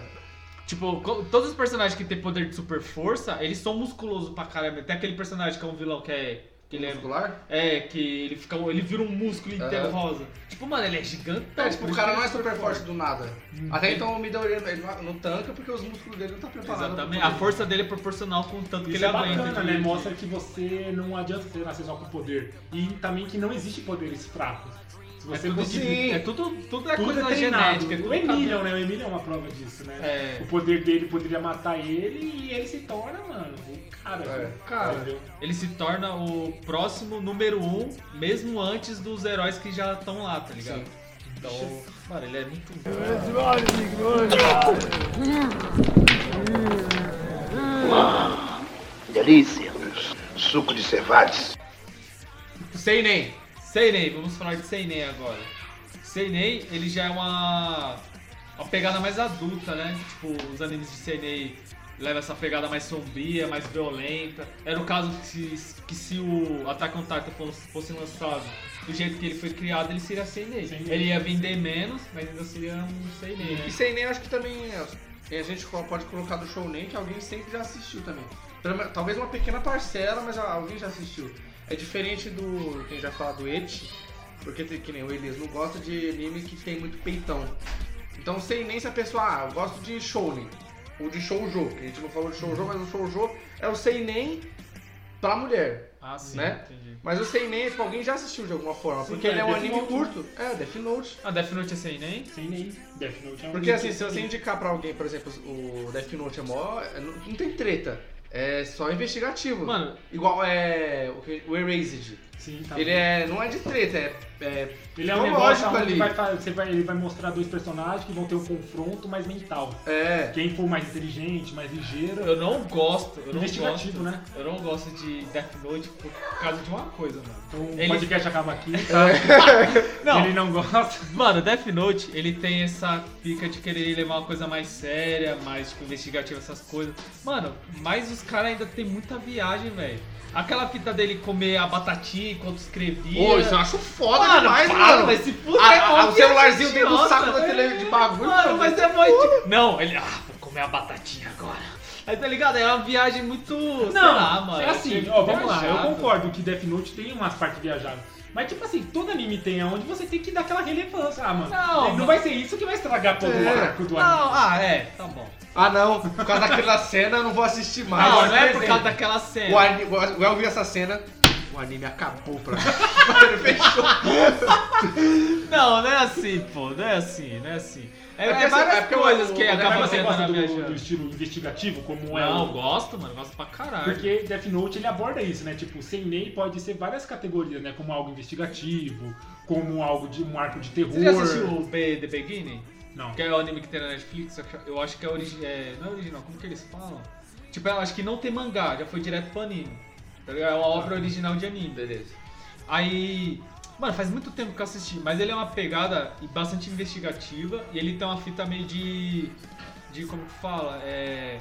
Tipo, co- todos os personagens que têm poder de super força, eles são musculosos pra caramba. Até aquele personagem que é um vilão que é. Que ele é,
Muscular?
é, que ele fica. um- Ele vira um músculo inteiro
Aham.
rosa. Tipo, mano, ele é gigantão.
É, tipo, o
por
cara
isso
não é
que ele
super forte do nada. Até
Ele-
então o Midoriya ele não- não tanca porque os músculos dele não estão preparados.
Exatamente.
pro
A
poder.
força dele é proporcional com o tanto que
Isso
ele
é
aguenta.
bacana,
de-
né? Mostra que você não adianta você nascer só com poder. E também que não existe poderes fracos. Se
É
você
tudo,
conseguir-
de- é tudo, tudo é
tudo
coisa
é treinado.
genética.
o Emílio, né? O Emílio é uma prova disso, né?
É.
O poder dele poderia matar ele e ele se torna, mano, o cara.
É.
o cara. entendeu?
Ele se torna o próximo número um, mesmo antes dos heróis que já estão lá, tá ligado? Então, mano, ele é muito.
Delícia. Suco de cevades.
Seinen. Seinen, vamos falar de Seinen agora. Seinen, ele já é uma, uma pegada mais adulta, né? Tipo, os animes de Seinen levam essa pegada mais sombria, mais violenta. Era o caso que se, que se o Attack on Titan fosse, fosse lançado do jeito que ele foi criado, ele seria Seinen.
Seinen.
Ele ia vender menos, mas ainda seria um Seinen, né?
E sem nem acho que também é, a gente co- pode colocar do shounen que alguém sempre já assistiu também. Pelo menos- Talvez uma pequena parcela, mas a- alguém já assistiu. É diferente do quem já fala do eti, porque tem- que nem o Elias não gosta de anime que tem muito peitão. Então sem nem se a pessoa, ah, eu gosto de shounen ou de shoujo, que a gente não falou de shoujo, mas o shoujo é o sem nem pra mulher.
Ah, sim,
Né?
entendi.
Mas o Seinen, tipo, alguém já assistiu de alguma forma,
Sim,
porque
é,
ele é um
Death
anime
Note,
curto. É, Death Note.
Ah, Death Note é Seinen?
Sem nem Death Note é um
Porque assim,
item
se você
que-
indicar pra alguém, por exemplo, o Death Note é mó. é, Não não tem treta. É só investigativo.
Mano,
Igual é. O, que- o Erased.
Sim, tá
Ele
bom.
é. não é de treta, é. é
Ele é um
cronológico
negócio onde
ali.
vai, fa- você vai, ele vai mostrar dois personagens que vão ter um confronto mais mental.
É.
Quem for mais inteligente, mais ligeiro,
eu não gosto, eu não gosto.
investigativo, né?
Eu não gosto de Death Note por causa de uma coisa, mano.
Então o
Ele-
podcast acaba aqui.
Não,
Ele não gosta.
Mano, Death Note, ele tem essa pica de querer levar uma coisa mais séria, mais tipo, investigativa, essas coisas. Mano, mas os caras ainda tem muita viagem, velho. Aquela fita dele comer a batatinha enquanto escrevia.
Pô, isso eu acho foda
é- Mano,
demais,
para, é
mano.
vai se fuder,
A- a-
mó
o celularzinho
viagem
dentro do saco
idiota.
da tele- de bagulho,
é Mano,
cara.
mas é mó idi- Não, ele. Ah, vou comer a batatinha agora. Aí tá ligado? É uma viagem muito. Não, sei lá, mano.
É assim, ó, vamos lá, eu concordo que Death Note tem umas partes viajadas. Mas, tipo assim, todo anime tem aonde você tem que dar aquela relevância. Ah, mano,
Não,
não,
mano.
vai ser isso que vai estragar todo
É.
o arco do anime.
Não, ah, é, tá bom.
Ah não, por causa daquela cena eu não vou assistir mais.
Não,
Agora,
não é
por
por
exemplo,
causa daquela cena.
O anime, o El viu essa cena. O anime acabou pra mim. Mano, fechou.
Não, não é assim, pô, não é assim, não é assim. É,
É
é
porque
várias
você- é porque
coisas
o-
que
o-
Mas
acabam
você
sendo
gosta
na minha
do, do
janta.
estilo investigativo, como é
Não, eu
o...
gosto, mano, gosto pra caralho.
Porque Death Note, ele aborda isso, né? Tipo, Seinen pode ser várias categorias, né? Como algo investigativo, como algo de um arco de terror.
Você já assistiu o B- The Beginning?
Não.
Que é o anime que tem na Netflix, eu acho- eu acho que é original. não é original, como que eles falam? Tipo, eu acho que não tem mangá, já foi direto pro anime. Tá ligado? É uma obra original de anime.
Ah. Beleza.
Aí. Mano, faz muito tempo que eu assisti, mas ele é uma pegada bastante investigativa e ele tem uma fita meio de. de como que fala? É.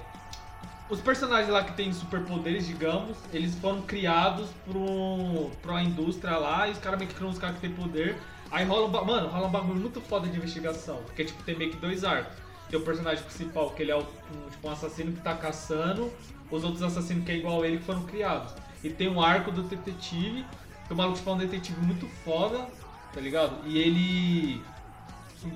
Os personagens lá que têm superpoderes, digamos, eles foram criados pro, pra indústria lá e os caras meio que criam os caras que têm poder. Aí rola um, ba- mano, rola um bagulho muito foda de investigação, porque tipo, tem meio que dois arcos. Tem o personagem principal, que ele é o- um, tipo, um assassino que tá caçando, os outros assassinos que é igual a ele que foram criados. E tem um arco do detetive, que o maluco tipo, é um detetive muito foda, tá ligado? E ele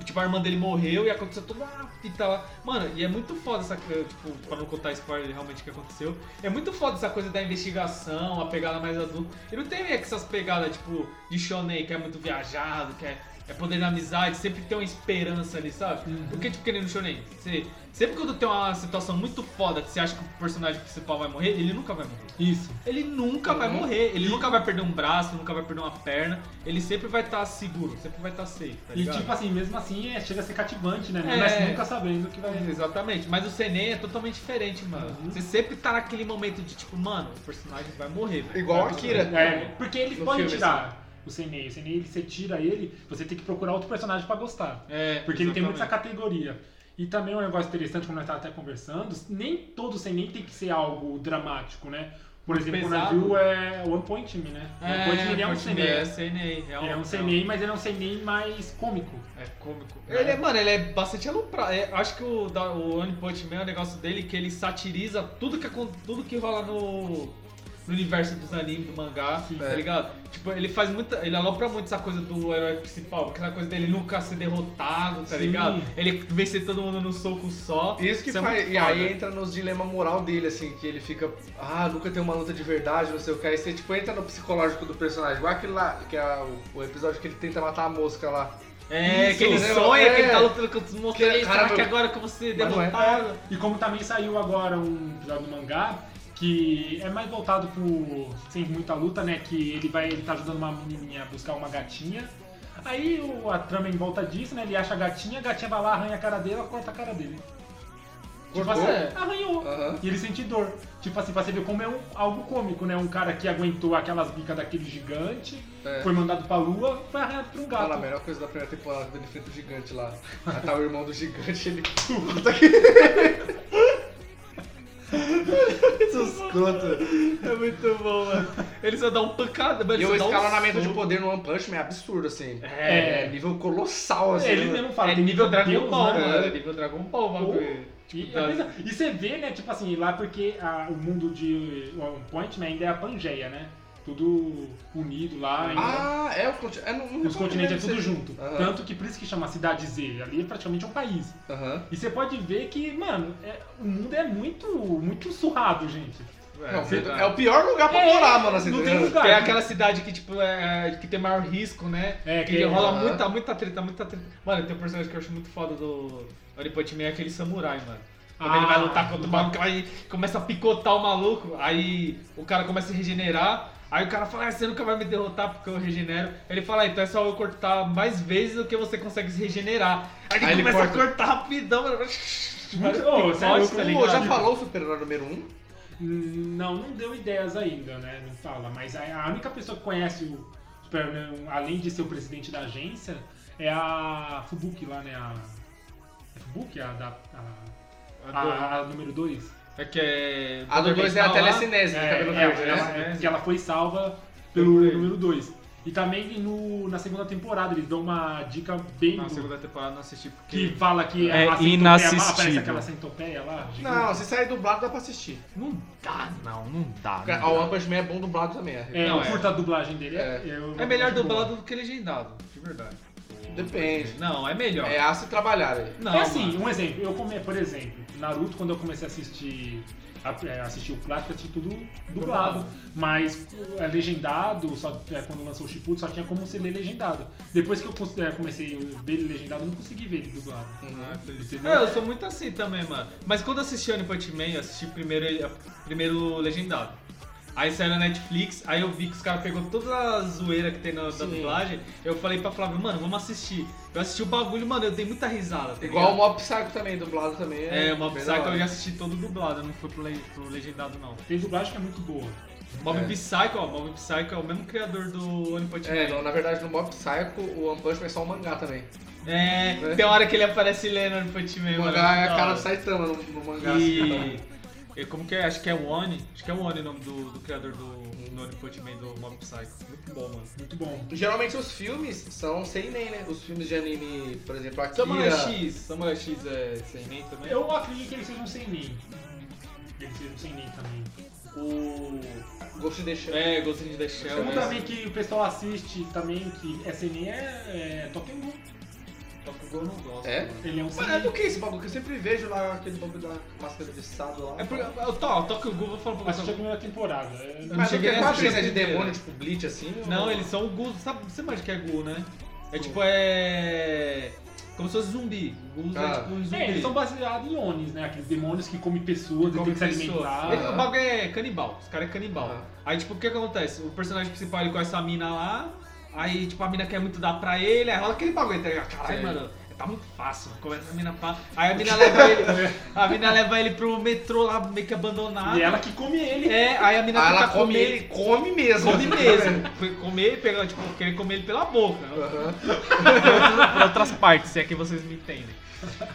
Tipo, a irmã dele morreu e aconteceu toda a fita lá. Mano, e é muito foda essa coisa, tipo, pra não contar spoiler realmente o que aconteceu. É muito foda essa coisa da investigação, a pegada mais adulta. E não tem meio que essas pegadas, tipo, de shonen, que é muito viajado, que é é poder na amizade, sempre ter uma esperança ali, sabe?
Uhum.
Porque, tipo, querendo Shonen, você, sempre quando tem uma situação muito foda que você acha que o personagem principal vai morrer, ele nunca vai morrer.
Isso.
Ele nunca vai
Uhum.
morrer, ele nunca vai perder um braço, nunca vai perder uma perna, ele sempre vai estar seguro, sempre vai estar safe, tá
E
ligado?
tipo assim, mesmo assim, é, chega a ser cativante, né?
É.
Mas nunca sabendo o que vai vir.
Exatamente, mas o Senem é totalmente diferente, mano.
Uhum.
Você sempre tá naquele momento de tipo, mano, o personagem vai morrer, velho.
Igual
Vai
Akira.
morrer.
É, porque eles
No
podem
filme,
tirar
assim.
o Senei. O Senei, ele- você tira ele, você tem que procurar outro personagem pra gostar.
É,
Porque ele tem muito essa
exatamente.
categoria. E também um negócio interessante, como nós estávamos até conversando, nem todo Senei tem que ser algo dramático, né? Por
Muito
exemplo,
pesado.
o Navio é One Point Me, né? One
É,
Point Me ele é um
Point Me,
Senei.
É Senem,
Ele é um
Senem.
Senei, mas ele é um Senei mais cômico.
É cômico. Ele é, mano, ele é bastante aloprado. É, acho que o, da, o One Punch Man é o negócio dele que ele satiriza tudo que, acon- tudo que rola no, no universo dos animes, do mangá,
É.
tá ligado? Tipo, ele faz muita. Ele alopra muito essa coisa do herói principal, aquela coisa dele nunca ser derrotado, tá
Sim.
ligado? Ele vencer todo mundo num soco só.
Isso que
é
faz.
muito
e aí
foda.
entra nos dilema moral dele, assim, que ele fica. Ah, nunca tem uma luta de verdade, não sei o que. Aí você tipo, entra no psicológico do personagem. Igual aquele lá, que é o, o episódio que ele tenta matar a mosca lá.
É,
Isso,
que ele
né,
sonha
é.
que ele tá lutando contra os
Que-
monstros. Será
caramba.
que agora que você
Mas não é.
derrotado?
E como também saiu agora um episódio do mangá que é mais voltado pro sem muita luta, né? Que ele vai ele tá ajudando uma menininha a buscar uma gatinha. Aí o, a trama em volta disso, né? Ele acha a gatinha, a gatinha vai lá, arranha a cara dela, corta a cara dele. Tipo
Cortou?
assim, arranhou.
Aham.
E ele sente dor. Tipo assim, pra você ver como é um, algo cômico, né? Um cara que aguentou aquelas bicas daquele gigante,
É.
foi mandado pra lua, foi arranhado por um
Fala, a
gato.
melhor coisa da primeira temporada quando ele enfrenta o gigante lá. Aí tá o irmão do gigante, ele.
É muito bom, mano. Ele só dá um pancada, mas ele
E o
só dá um
escalonamento de
soco.
poder no One Punch Man é absurdo, assim.
É,
É nível colossal, assim.
Ele
né?
mesmo fala,
É nível Dragon
Deus,
Ball,
né?
mano. É nível Dragon Ball, mano.
Porra.
Tipo,
e,
tá-
é verdade. E você vê, né, tipo assim, lá porque a- o mundo de One Point Man ainda é a Pangeia, né? Tudo unido lá, ainda.
Ah, é o continente. É, não, não
os continentes é tudo
junto.
junto.
Aham.
Tanto que por isso que chama Cidade Z, ali é praticamente um país.
Aham.
E você pode ver que, mano, é- o mundo é muito, muito surrado, gente.
Não,
é
É,
verdade.
o pior lugar pra
É,
morar, mano. Assim,
não
tá
tem
ligado?
lugar.
Tem aquela cidade que, tipo, é, que tem maior risco, né?
É,
que,
que-
rola
aham.
muita, muita treta, muita treta. Mano, tem um personagem que eu acho muito foda do One Punch Man, é aquele samurai, mano. Quando
Ah,
ele vai lutar contra o
do-
maluco, aí começa a picotar o maluco, aí o cara começa a regenerar, aí o cara fala, ah, você nunca vai me derrotar porque eu regenero. Ele fala, ah, então é só eu cortar mais vezes do que você consegue se regenerar. Aí ele
Aí ele
começa
corta.
a cortar rapidão, mano.
Muito-
Picote,
Ô, você é louco,
tá
pô,
Pô,
ligado?
já falou o super-herói número 1? Um?
Não, não deu ideias ainda, né? Não fala. Mas a a única pessoa que conhece o Superman, além de ser o presidente da agência, é a Fubuki lá, né? A, é Fubuki? A, da, a, a- a número 2?
É que é.
A do 2 é a
Tá lá.
telecinese, de cabelo
é,
verde, né?
ela-
né?
que ela foi salva pelo
Por ele.
número 2. E também no- na segunda temporada eles dão uma dica bem.
Na
do-
segunda temporada eu não assisti
que
porque.
fala que
É
centopeia lá, Aparece
inassistível.
aquela centopeia lá.
é.
Não, se sair dublado dá pra assistir.
Não dá, não, não dá.
Cara, ó, O One Punch Man é bom dublado também. É.
É,
Não,
eu
Ah, é.
curto a dublagem dele.
É.
eu-
É melhor
acho boa.
dublado do que legendado, de verdade.
Depende.
Não, é melhor.
É a se trabalhar aí.
Não,
é assim,
mano.
um exemplo. Eu come, por exemplo, Naruto, quando eu comecei a assistir, a, é, assistir o clássico, eu assisti tudo dublado. Mas é legendado, só, é, quando lançou o Shippuden, só tinha como se ler legendado. Depois que eu cons- é, comecei a ver ele legendado, eu não consegui ver ele dublado. Entendeu?
É, eu sou muito assim também, mano. Mas quando eu assisti One Punch Man, eu assisti primeiro, eh, primeiro legendado. Aí saiu na Netflix, aí eu vi que os caras pegou toda a zoeira que tem na da
Sim.
dublagem. Eu falei pra Flávio, mano, vamos assistir. Eu assisti o bagulho, mano, eu dei muita risada. tá
Igual o
ligado?
Mob Psycho também, dublado também.
É, o Mob
bem
Psycho
da hora.
eu já assisti todo dublado, eu não fui pro, le- pro legendado não.
Tem dublagem que é muito boa.
Mob
É.
Psycho, ó, Mob Psycho é o mesmo criador do One Punch Man.
É, não, na verdade no Mob Psycho o One Punch Man é só um mangá também.
É,
É.
tem hora que ele aparece lendo One Punch Man.
O
mano,
mangá é
muito
a cara do
da hora.
Saitama no, no mangá.
é
assim.
E... e como que é? Acho que é One, acho que é One o nome do, do criador do, do One Punch Man, do Mob Psycho. Muito bom, mano.
Muito bom.
Geralmente os filmes são sem nem, né? Os filmes de anime, por exemplo, Akira.
Samurai X, Samurai X é sem nem também?
Eu acredito que ele seja um sem nem. Ele seja um sem nem também.
O...
Ghost in the Shell.
É, Ghost in the
É
Shell.
um
né?
também que o pessoal assiste também, que é sem nem, é, é Tokyo Ghoul.
Tokyo Ghoul eu não gosto.
É?
mano.
Ele é um sem
Mas é
nem.
do que esse bagulho? Que eu sempre vejo lá aquele bagulho da máscara de sado lá.
É porque, eu, tá, o Tokyo Ghoul, vou falar pra
Assisti
você.
a primeira temporada. É-
não
Mas o que
cheguei
é
a assistir
quadrinho,
a
é de
primeira.
demônio, tipo Bleach, assim?
Não,
ou-
eles são o Ghoul, sabe, você mais que é Ghoul, né? É tipo, é. Como se fosse zumbi. Guns é
Ah.
tipo um zumbi.
É, eles são baseados em ONIs, né? Aqueles demônios que comem pessoas e
Come
tem que se
pessoas.
alimentar.
Ele- o bagulho é canibal, os caras é canibal.
Ah.
Aí, tipo, o que acontece? O personagem principal ele com essa mina lá, aí, tipo, a mina quer muito dar pra ele, aí rola aquele bagulho, tá ligado? Caralho,
Sim.
mano, tá muito fácil, mano. Começa a mina pá. Aí a mina leva ele. A mina leva ele pro metrô lá, meio que abandonado.
E ela que come ele.
É, aí a mina
Ah,
tenta
ela come
comer
ele, come mesmo.
Come mesmo. Foi comer ele pegando, tipo, querer comer ele pela boca.
Aham.
Pra outras partes, se é que vocês me entendem.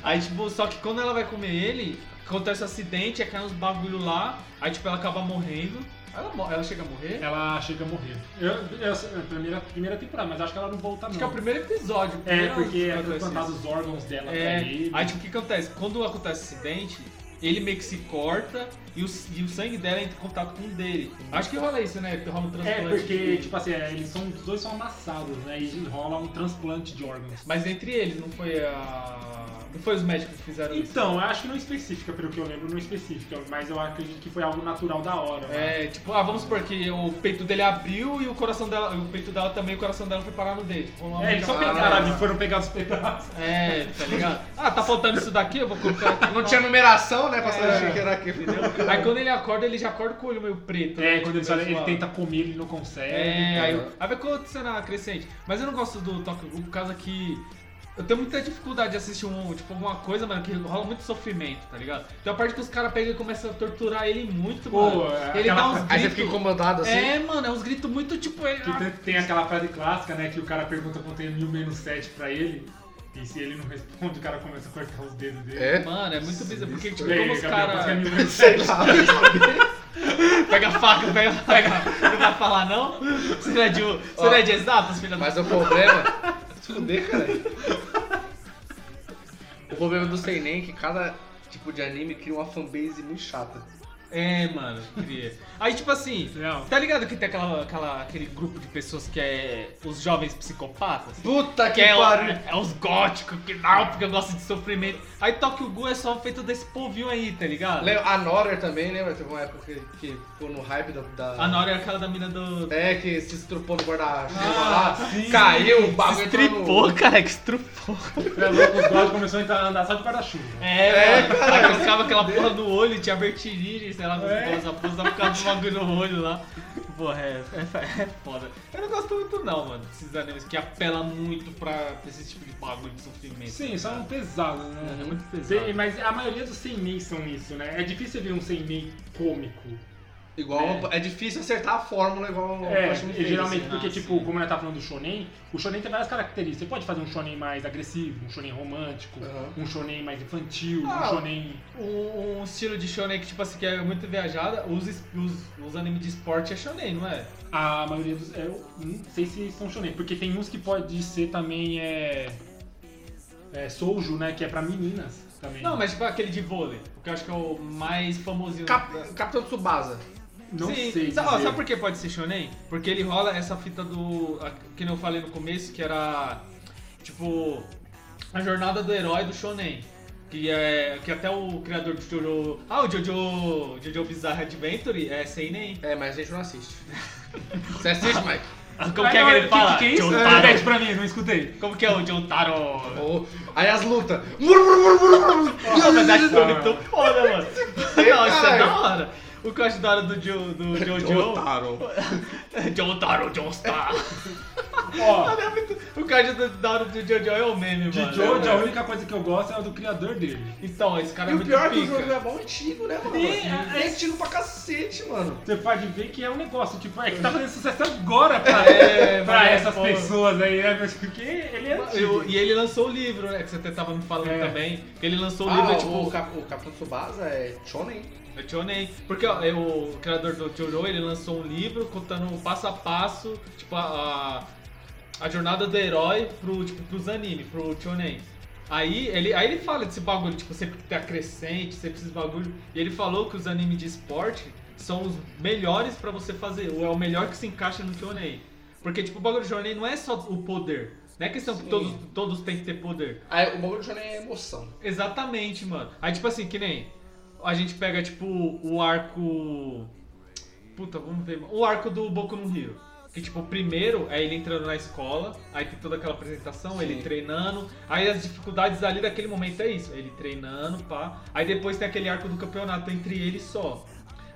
Aí, tipo, só que quando ela vai comer ele, acontece um acidente, aí cai uns bagulho lá, aí, tipo, ela acaba morrendo. Ela, mo- ela chega a morrer?
Ela chega a morrer. Eu, eu, a primeira, primeira temporada, mas acho que ela não volta não.
Acho que é o primeiro episódio. o
É,
primeiro
porque é
episódio
implantado
assim.
os né? órgãos dela
É,
pra ele.
aí, tipo, o que acontece? Quando acontece acidente, ele meio que se corta e o, s- e o sangue dela entra em contato com o dele. Acho que rola isso, né? Rola um transplante.
É, porque,
de-
tipo assim, é, eles são, os dois são amassados, né? E rola um transplante de órgãos.
Mas entre eles, não foi a... Não foi os médicos que fizeram isso.
Então, eu acho que não específica, pelo que eu lembro, não é específica, mas eu acredito que foi algo natural da hora. né?
É, tipo, ah, vamos supor que o peito dele abriu e o coração dela, o peito dela também, o coração dela foi parar no dele. Tipo, uma
É, eles só
música-
pegaram ali, foram pegar os pedaços.
É, tá ligado? Ah, tá faltando isso daqui, eu vou colocar aqui.
Não tinha numeração, né? Pra
É.
saber o que era aquilo.
Aí quando ele acorda, ele já acorda com o olho meio preto.
É,
né?
quando ele,
Tipo,
fala- ele
zoado.
tenta comer, ele não consegue. né?
É, aí, aí vai acontecendo a crescente. Mas eu não gosto do Tokyo Ghoul por causa que. Eu tenho muita dificuldade de assistir um, tipo, alguma coisa, mano, que rola muito sofrimento, tá ligado? Tem a parte que os caras pegam e começam a torturar ele muito,
Pô,
mano.
é
ele dá
aquela-
uns gritos.
Aí você fica incomodado assim.
É, mano, é uns gritos muito tipo. Ele,
Que tem, tem aquela frase clássica, né? Que o cara pergunta quanto é mil menos 7 pra ele. E se ele não responde, o cara começa a cortar os dedos dele.
É?
Mano, é muito bizarro, porque tipo,
E aí,
como os
Gabriel, quanto que é
caras.
mil menos 7?
Pega a faca, pega a faca. Não vai falar não? Você não é de, você não é de exatas, filha da.
Mas o problema. Se Fuder, cara. O problema do Seinen é que cada tipo de anime cria uma fanbase muito chata.
É, mano, queria. Aí, tipo assim,
Não.
tá ligado que tem aquela, aquela- aquele grupo de pessoas que é os jovens psicopatas?
Puta
Que é, o- é os góticos, que não, porque gosta de sofrimento. Aí Tokyo Ghoul é só feito desse povinho aí, tá ligado?
Lembra- A Nora também, lembra? Teve uma época que, que ficou no hype da. da-
A Nora é aquela da mina do.
É, que se estrupou no guarda-chuva
Ah,
lá, caiu, o
tá
bagulho entrou no-
Estripou, cara, que estrupou.
É louco, os guardas começou a entrar- andar só de guarda-chuva.
É, mano. Aí colocava aquela porra no olho, tinha vertigem, sei lá,
É.
essa porra só ficava com o bagulho no olho lá. Porra, é, é, é foda. Eu não gosto muito não, mano, desses animes que apela muito pra, pra esse tipo de bagulho de sofrimento.
Sim, só um pesado, né?
É muito pesado.
Tem- mas a maioria dos seimei são isso, né? É difícil ver um seimei cômico.
Igual. É difícil acertar a fórmula igual o
É,
Crash Team
e
fez,
geralmente,
assim.
porque,
Ah,
tipo,
sim.
como ela tá falando do shonen, o shonen tem várias características. Você pode fazer um shonen mais agressivo, um shonen romântico,
Aham.
um shonen mais infantil,
Ah,
um shonen...
Um, um estilo de shonen que, tipo assim, que é muito viajada, os, es- os, os animes de esporte é shonen, não é?
A maioria dos... é, Eu não sei se são shonen, porque tem uns que pode ser também, é... É, soujo, né? Que é pra meninas também.
Não, mas tipo aquele de vôlei, porque eu acho que é o mais famosinho. da-
Cap- Capitão Tsubasa.
Não
Sim.
sei
Sabe, ó,
dizer.
sabe por que pode ser shonen? Porque ele rola essa fita do. a- que eu falei no começo, que era. Tipo. A jornada do herói do shonen. Que, é, que até o criador de Jojo. Ah, o Jojo. Jojo Bizarre Adventure é seinen.
É, mas a gente não assiste. Você assiste, Mike?
Como
Ah,
que é
não,
que ele fala?
Que, que é isso?
Jotaro.
Repete pra mim, não escutei.
Como que é o Jotaro?
Ou- Aí as lutas.
Não, mas acho que é muito foda, mano. Não, isso é
Caralho.
da hora. O que eu acho da hora do, jo, do Jojo. Jotaro, Jostar.
Ó,
Mano, é muito- O cara da da hora do Jojo é o meme,
de
mano.
Jojo,
É,
a
mano.
única coisa que eu gosto é a do criador dele.
Então, esse cara
E
é
o
muito
pior é que o
pica.
jogo é mó antigo, né, mano?
Sim, é-
é antigo pra cacete, mano.
Você pode ver que é um negócio, tipo, é que tá fazendo sucesso agora pra,
É,
pra
mas,
essas
pô.
pessoas aí, né? Mas Porque ele é
Eu-
antigo.
e ele lançou o livro, né? Que você até tava me falando
É.
também. Que ele lançou o
Ah,
livro,
o,
é tipo.
o Cap- o Capitão Tsubasa é Shonen.
Eu te honrei. Porque ó, eu- o criador do Jojo, ele lançou um livro contando passo a passo, tipo, a, a, a jornada do herói pro, tipo, pros animes, pro Chonen. Aí ele, aí ele fala desse bagulho, tipo, sempre que tem a crescente, sempre esses bagulho. E ele falou que os animes de esporte são os melhores pra você fazer, ou é o melhor que se encaixa no Chonen. Porque, tipo, o bagulho do Chonen não é só o poder. Não é questão que todos, todos têm que ter poder.
Aí, o bagulho do Shonen é emoção.
Exatamente, mano. Aí, tipo assim, que nem a gente pega, tipo, o arco. Puta, vamos ver. O arco do Boku no Hero. Que tipo, o primeiro é ele entrando na escola, aí tem toda aquela apresentação, ele treinando, aí as dificuldades ali daquele momento é isso, ele treinando, pá. Aí depois tem aquele arco do campeonato entre ele só.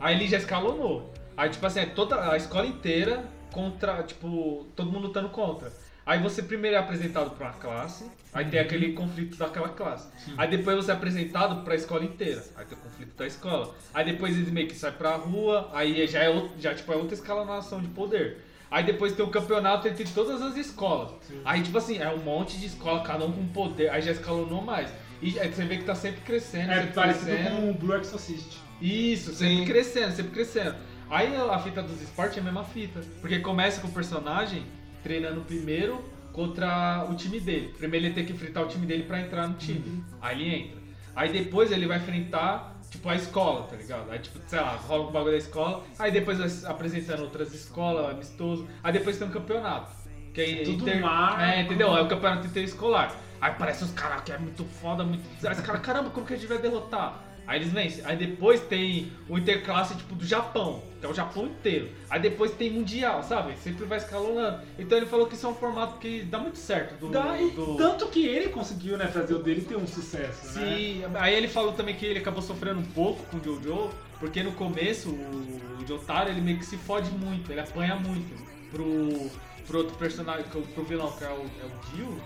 Aí ele já escalonou. Aí, tipo assim, é toda a escola inteira contra, tipo, todo mundo lutando contra. Aí você primeiro é apresentado pra uma classe, aí
Uhum.
tem aquele conflito daquela classe. Aí depois você é apresentado pra escola inteira, aí tem o conflito da escola. Aí depois ele meio que sai pra rua, aí já é, outro- já, tipo, é outra escalonação de poder. Aí depois tem o campeonato entre todas as escolas. Aí, tipo assim, é um monte de escola, cada um com poder, aí já escalonou mais. E aí você vê que tá sempre crescendo,
É
sempre
parecido
crescendo.
com o Blue Exorcist.
Isso, sempre crescendo, sempre crescendo. Aí a fita dos esportes é a mesma fita. Porque começa com o personagem treinando primeiro contra o time dele. Primeiro ele tem que enfrentar o time dele pra entrar no time.
Uhum.
Aí ele entra. Aí depois ele vai enfrentar, tipo, a escola, tá ligado? Aí, tipo, sei lá, rola um bagulho da escola. Aí depois vai se apresentando outras escolas, amistoso. Aí depois tem um campeonato. Que aí
Tudo um arco.
É, entendeu? É o campeonato interescolar. Aí aparece os caras que é muito foda, muito. Aí os caras, caramba, como que a gente vai derrotar? Aí eles vencem. Aí depois tem o interclasse, tipo, do Japão. Que é o Japão inteiro. Aí depois tem Mundial, sabe? Sempre vai escalonando. Então ele falou que isso é um formato que dá muito certo. Do,
Dá- e
do...
Tanto que ele conseguiu, né, fazer o dele ter um sucesso, né?
Sim, aí ele falou também que ele acabou sofrendo um pouco com o Jojo, porque no começo o, o Jotaro ele meio que se fode muito, ele apanha muito pro, pro outro personagem, pro, pro vilão, que é o, é o Dio?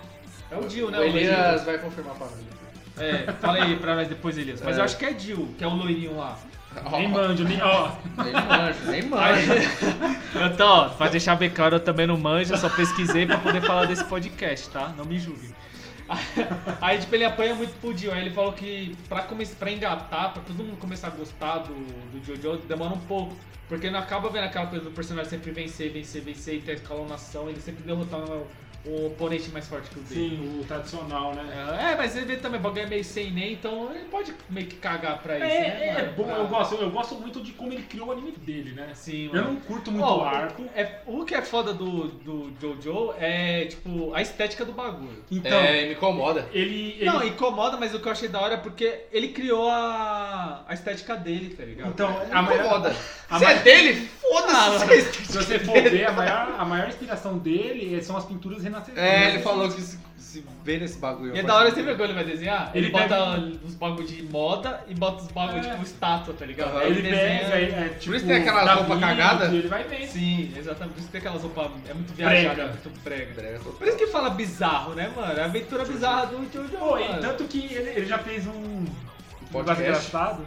É o Dio, né?
O
Dio.
Elias vai confirmar pra mim.
É, fala aí pra nós depois, Elias. Mas
É.
eu acho que é Dio, que é o loirinho lá.
Nem mande, nem... Ó,
Nem manjo, nem manjo.
Então, ó, pra deixar bem claro, eu também não manjo, eu só pesquisei pra poder falar desse podcast, tá? Não me julguem.
Aí, tipo, ele apanha muito pro Dio. Aí ele falou que pra, come- pra engatar, pra todo mundo começar a gostar do, do Jojo, demora um pouco. Porque não acaba vendo aquela coisa do personagem sempre vencer, vencer, vencer e ter escalonação, ele sempre derrotar o, o oponente mais forte que o dele.
sim, o tradicional, né?
É, mas ele também, o bagulho é meio sem nem, então ele pode meio que cagar pra
É,
isso, né?
é,
mano?
bom,
Ah,
eu gosto, eu gosto muito de como ele criou o anime dele, né?
Sim,
Eu
mano.
não curto muito
Ó,
o arco.
É, o que é foda do, do Jojo é, tipo, a estética do bagulho.
Então,
É, me incomoda.
ele... ele-
Não, incomoda, mas o que eu achei da hora é porque ele criou a, a estética dele, tá ligado?
Então, Ah,
Me
a maior,
incomoda.
a
Se é
maior-
dele, foda-se.
se você for ver, a maior, a maior inspiração dele é- são as pinturas renascentes.
É, ele falou que se, se vê nesse bagulho.
E é da hora sempre quando ele vai desenhar, ele,
Ele
bota os bagulhos de moda e bota os bagulhos
É.
tipo estátua, tá ligado?
Aham.
Aí
Ele
desenha-
pega, é, é, tipo,
isso tem aquela
Da
roupa
Vinci,
cagada.
Ele vai vendo.
Sim, exatamente. Por isso que tem aquelas roupas. É muito viajada,
Prega.
é muito prega.
Brega total.
Por isso que fala bizarro, né, mano? É a aventura bizarra do Jojo.
Pô, e
mano.
tanto que ele, ele já fez um.
podcast.
negócio engraçado.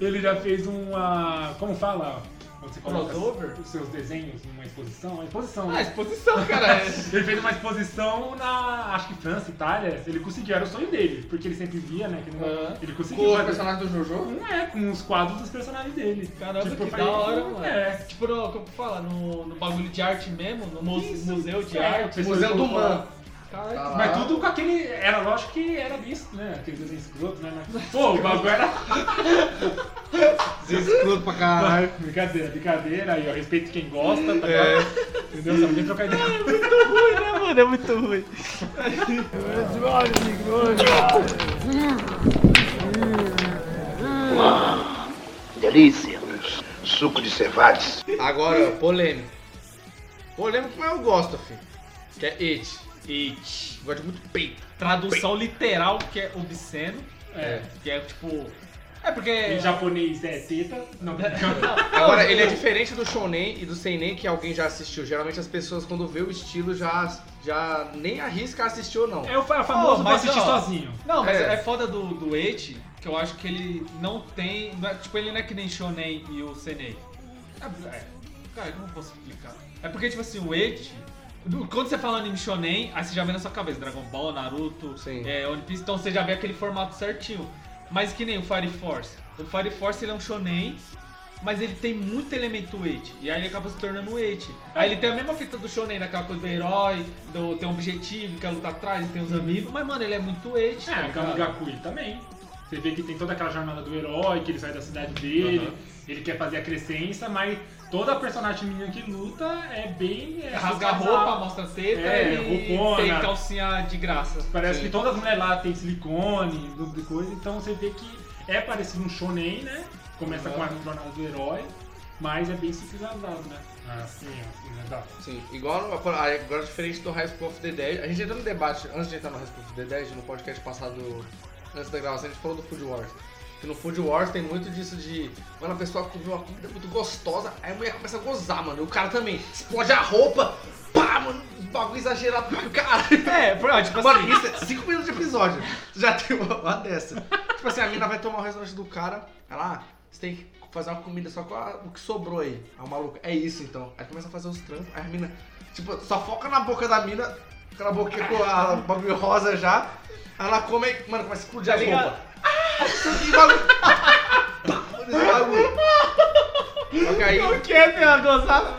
ele já fez uma. Como fala? Quando você coloca
Crossover?
os seus desenhos numa exposição? Uma exposição.
Ah,
né?
exposição, cara. É
Ele fez uma exposição na. Acho que França, Itália. Ele conseguiu, era o sonho dele, porque ele sempre via, né? que não-
Aham.
Ele
Com
conseguiu.
os
fazer-
personagens do Jojo?
Não é, com os quadros dos personagens dele.
Caramba, que
foi-
da hora,
é.
mano.
É.
Tipo, no, como fala, no, no bagulho de arte mesmo, no mu-
Isso.
museu de
É,
arte.
o pessoal
Museu do
colocou-
Man.
Caralho,
Ah.
Mas tudo com aquele. Era lógico que era visto, né? Aquele desenho escroto, né? Mas, Pô, o bagulho era.
Escroto pra caralho.
Brincadeira, brincadeira. Aí, ó, respeito quem gosta, tá ligado? Entendeu? Só podia trocar ideia.
É, mano, é muito ruim.
Delícia. Suco de cevades.
Agora, polêmico. Polêmico, mas eu gosto, filho. Que é it. It. Eu gosto muito de peito.
Tradução literal, que é obsceno,
É.
que é tipo. É porque.
Em japonês é teta. Não,
Agora, ele é diferente do shonen e do seinen que alguém já assistiu. Geralmente as pessoas, quando vê o estilo, já, já nem arrisca assistir ou não.
É o fa- famoso
Oh,
vai
mas,
assistir
ó,
sozinho.
Não, mas
É.
é, foda do, do Eti, que eu acho que ele não tem. não é- tipo, ele não é que nem Shonen e o Senei. É, é, cara, eu não posso explicar. É porque, tipo assim, o Eti. do- Quando você fala anime shonen, aí você já vê na sua cabeça Dragon Ball, Naruto,
Sim.
é, One Piece, então você já vê aquele formato certinho. Mas que nem o Fire Force. O Fire Force ele é um shonen, mas ele tem muito elemento eti. E aí ele acaba se tornando um eti. Aí ele tem a mesma fita do shonen, daquela coisa do herói, do, tem um objetivo, quer lutar atrás, tem uns amigos. Mas, mano, ele é muito eti. tá
É,
ligado?
Kamigakui também. Você vê que tem toda aquela jornada do herói, que ele sai da cidade dele, ele quer fazer a crescença, mas toda personagem menina que luta é bem. É,
Rasga a roupa, mostra a teta
É,
e
roupona.
tem calcinha de graça.
Parece
Sim.
que todas as mulheres lá têm silicone, tipo tudo de coisa, então você vê que é parecido um shonen, né? Começa com a jornada do herói. Mas é bem civilizado, né? Assim, assim, legal.
Sim, igual no- agora é diferente do High School of the Dead, a gente entrou no debate, antes de entrar no High School of the Dead, no podcast passado, antes da gravação, a gente falou do Food Wars. Que no Food Wars tem muito disso de quando a pessoa come uma comida muito gostosa, aí a mulher começa a gozar, mano, e o cara também explode a roupa, pá, mano, um bagulho exagerado pra caralho.
É, pô, tipo assim.
Mano, isso é 5 minutos de episódio, já tem uma, uma dessa. tipo assim, a mina vai tomar o restaurante do cara, ela, ah, você tem que fazer uma comida só com a- o que sobrou aí. Aí o maluco, é isso então. Aí começa a fazer os trampos, aí a mina, tipo, só foca na boca da mina, aquela boquinha com a bagulho rosa já. Aí ela come, aí, mano, começa a explodir a
Tá ligado?
roupa. Ah, que maluco. Pá, esse bagulho. Só que aí,
O que é, meu? Gozar?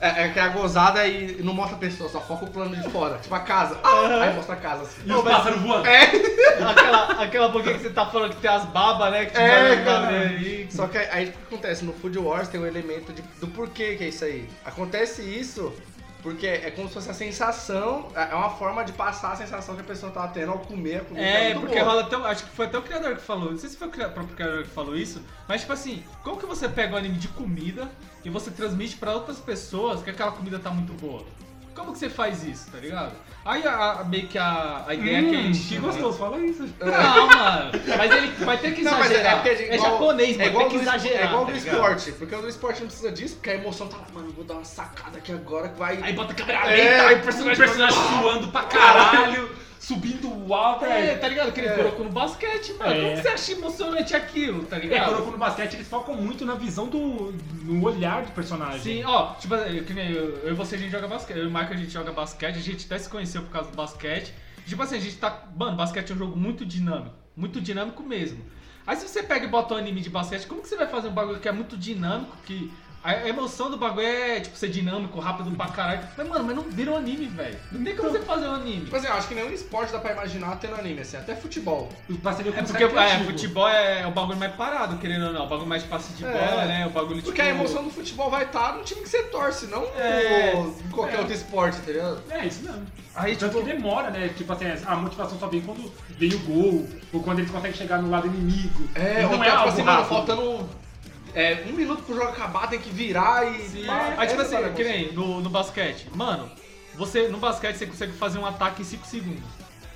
é, é que é a gozada e não mostra a pessoa, só foca o plano de fora. Tipo a casa. Ah, aí mostra a casa assim.
E os pássaros voando.
É,
Aquela, aquela boquinha que você tá falando que tem as babas, né? Que te
É,
dá
cara.
pra ver aí.
Só que aí o que acontece? No Food Wars tem o elemento de- do porquê que é isso aí. Acontece isso porque é como se fosse a sensação, é uma forma de passar a sensação que a pessoa tava tendo ao comer a comida. que
É,
muito
porque
boa.
rola até. o- Acho que foi até o criador que falou. Não sei se foi o cria- próprio criador que falou isso, mas tipo assim, como que você pega um anime de comida e você transmite pra outras pessoas que aquela comida tá muito boa? Como que você faz isso, tá ligado? Aí a, a- meio que a, a ideia é que
Hum.
né? ele
hum, que gostoso, fala isso.
Não, mano. Mas ele vai ter que
É. Não, mas é, é
exagerar.
porque
é, japonês, mano. tem que
do es-
exagerar.
É igual
tá
do
ligado?
esporte, porque o do esporte não precisa disso, porque a emoção tá lá, mano, vou dar uma sacada aqui agora que vai.
Aí bota a câmera
É,
lenta, aí o
O
personagem.
personagem suando pra caralho, subindo alto.
É,
É,
tá ligado? Que ele colocou no basquete, mano.
É.
Como que você acha emocionante aquilo, tá
é quando eu
ligado?
fui no basquete, eles focam muito na visão do. no olhar do personagem.
Sim, ó, tipo, eu, que nem eu, eu e você a gente joga basquete, eu e o Michael a gente joga basquete, a gente até se conheceu por causa do basquete. Tipo assim, a gente tá. Mano, basquete é um jogo muito dinâmico, muito dinâmico mesmo. Aí se você pega e bota um anime de basquete, como que você vai fazer um bagulho que é muito dinâmico, que a emoção do bagulho é, tipo, ser dinâmico, rápido pra caralho. Mas, mano, mas não vira um anime, velho. Não tem como você fazer um anime.
Tipo assim, eu acho que nenhum esporte dá pra imaginar tendo anime, assim, até futebol.
O passarinho
É
com
porque
cara
é,
criativo.
futebol é o bagulho mais parado, querendo ou não. O bagulho mais de passe de
É.
bola, né? O bagulho
Porque
tipo,
a emoção do futebol vai estar no time que você torce, não
É.
no- em qualquer outro esporte, tá ligado?
É, isso mesmo.
Aí,
Tanto
tipo,
que demora, né? Tipo assim, a motivação só vem quando vem o gol, ou quando eles conseguem chegar no lado inimigo.
É,
E
ou então,
não é
tipo
algo
assim, mano,
rápido.
faltando é, um minuto pro jogo acabar, tem que virar e.
Sim.
pá,
Aí, tipo
essa
assim,
é a
que
emoção.
nem no, no basquete. Mano, você, no basquete você consegue fazer um ataque em 5 segundos.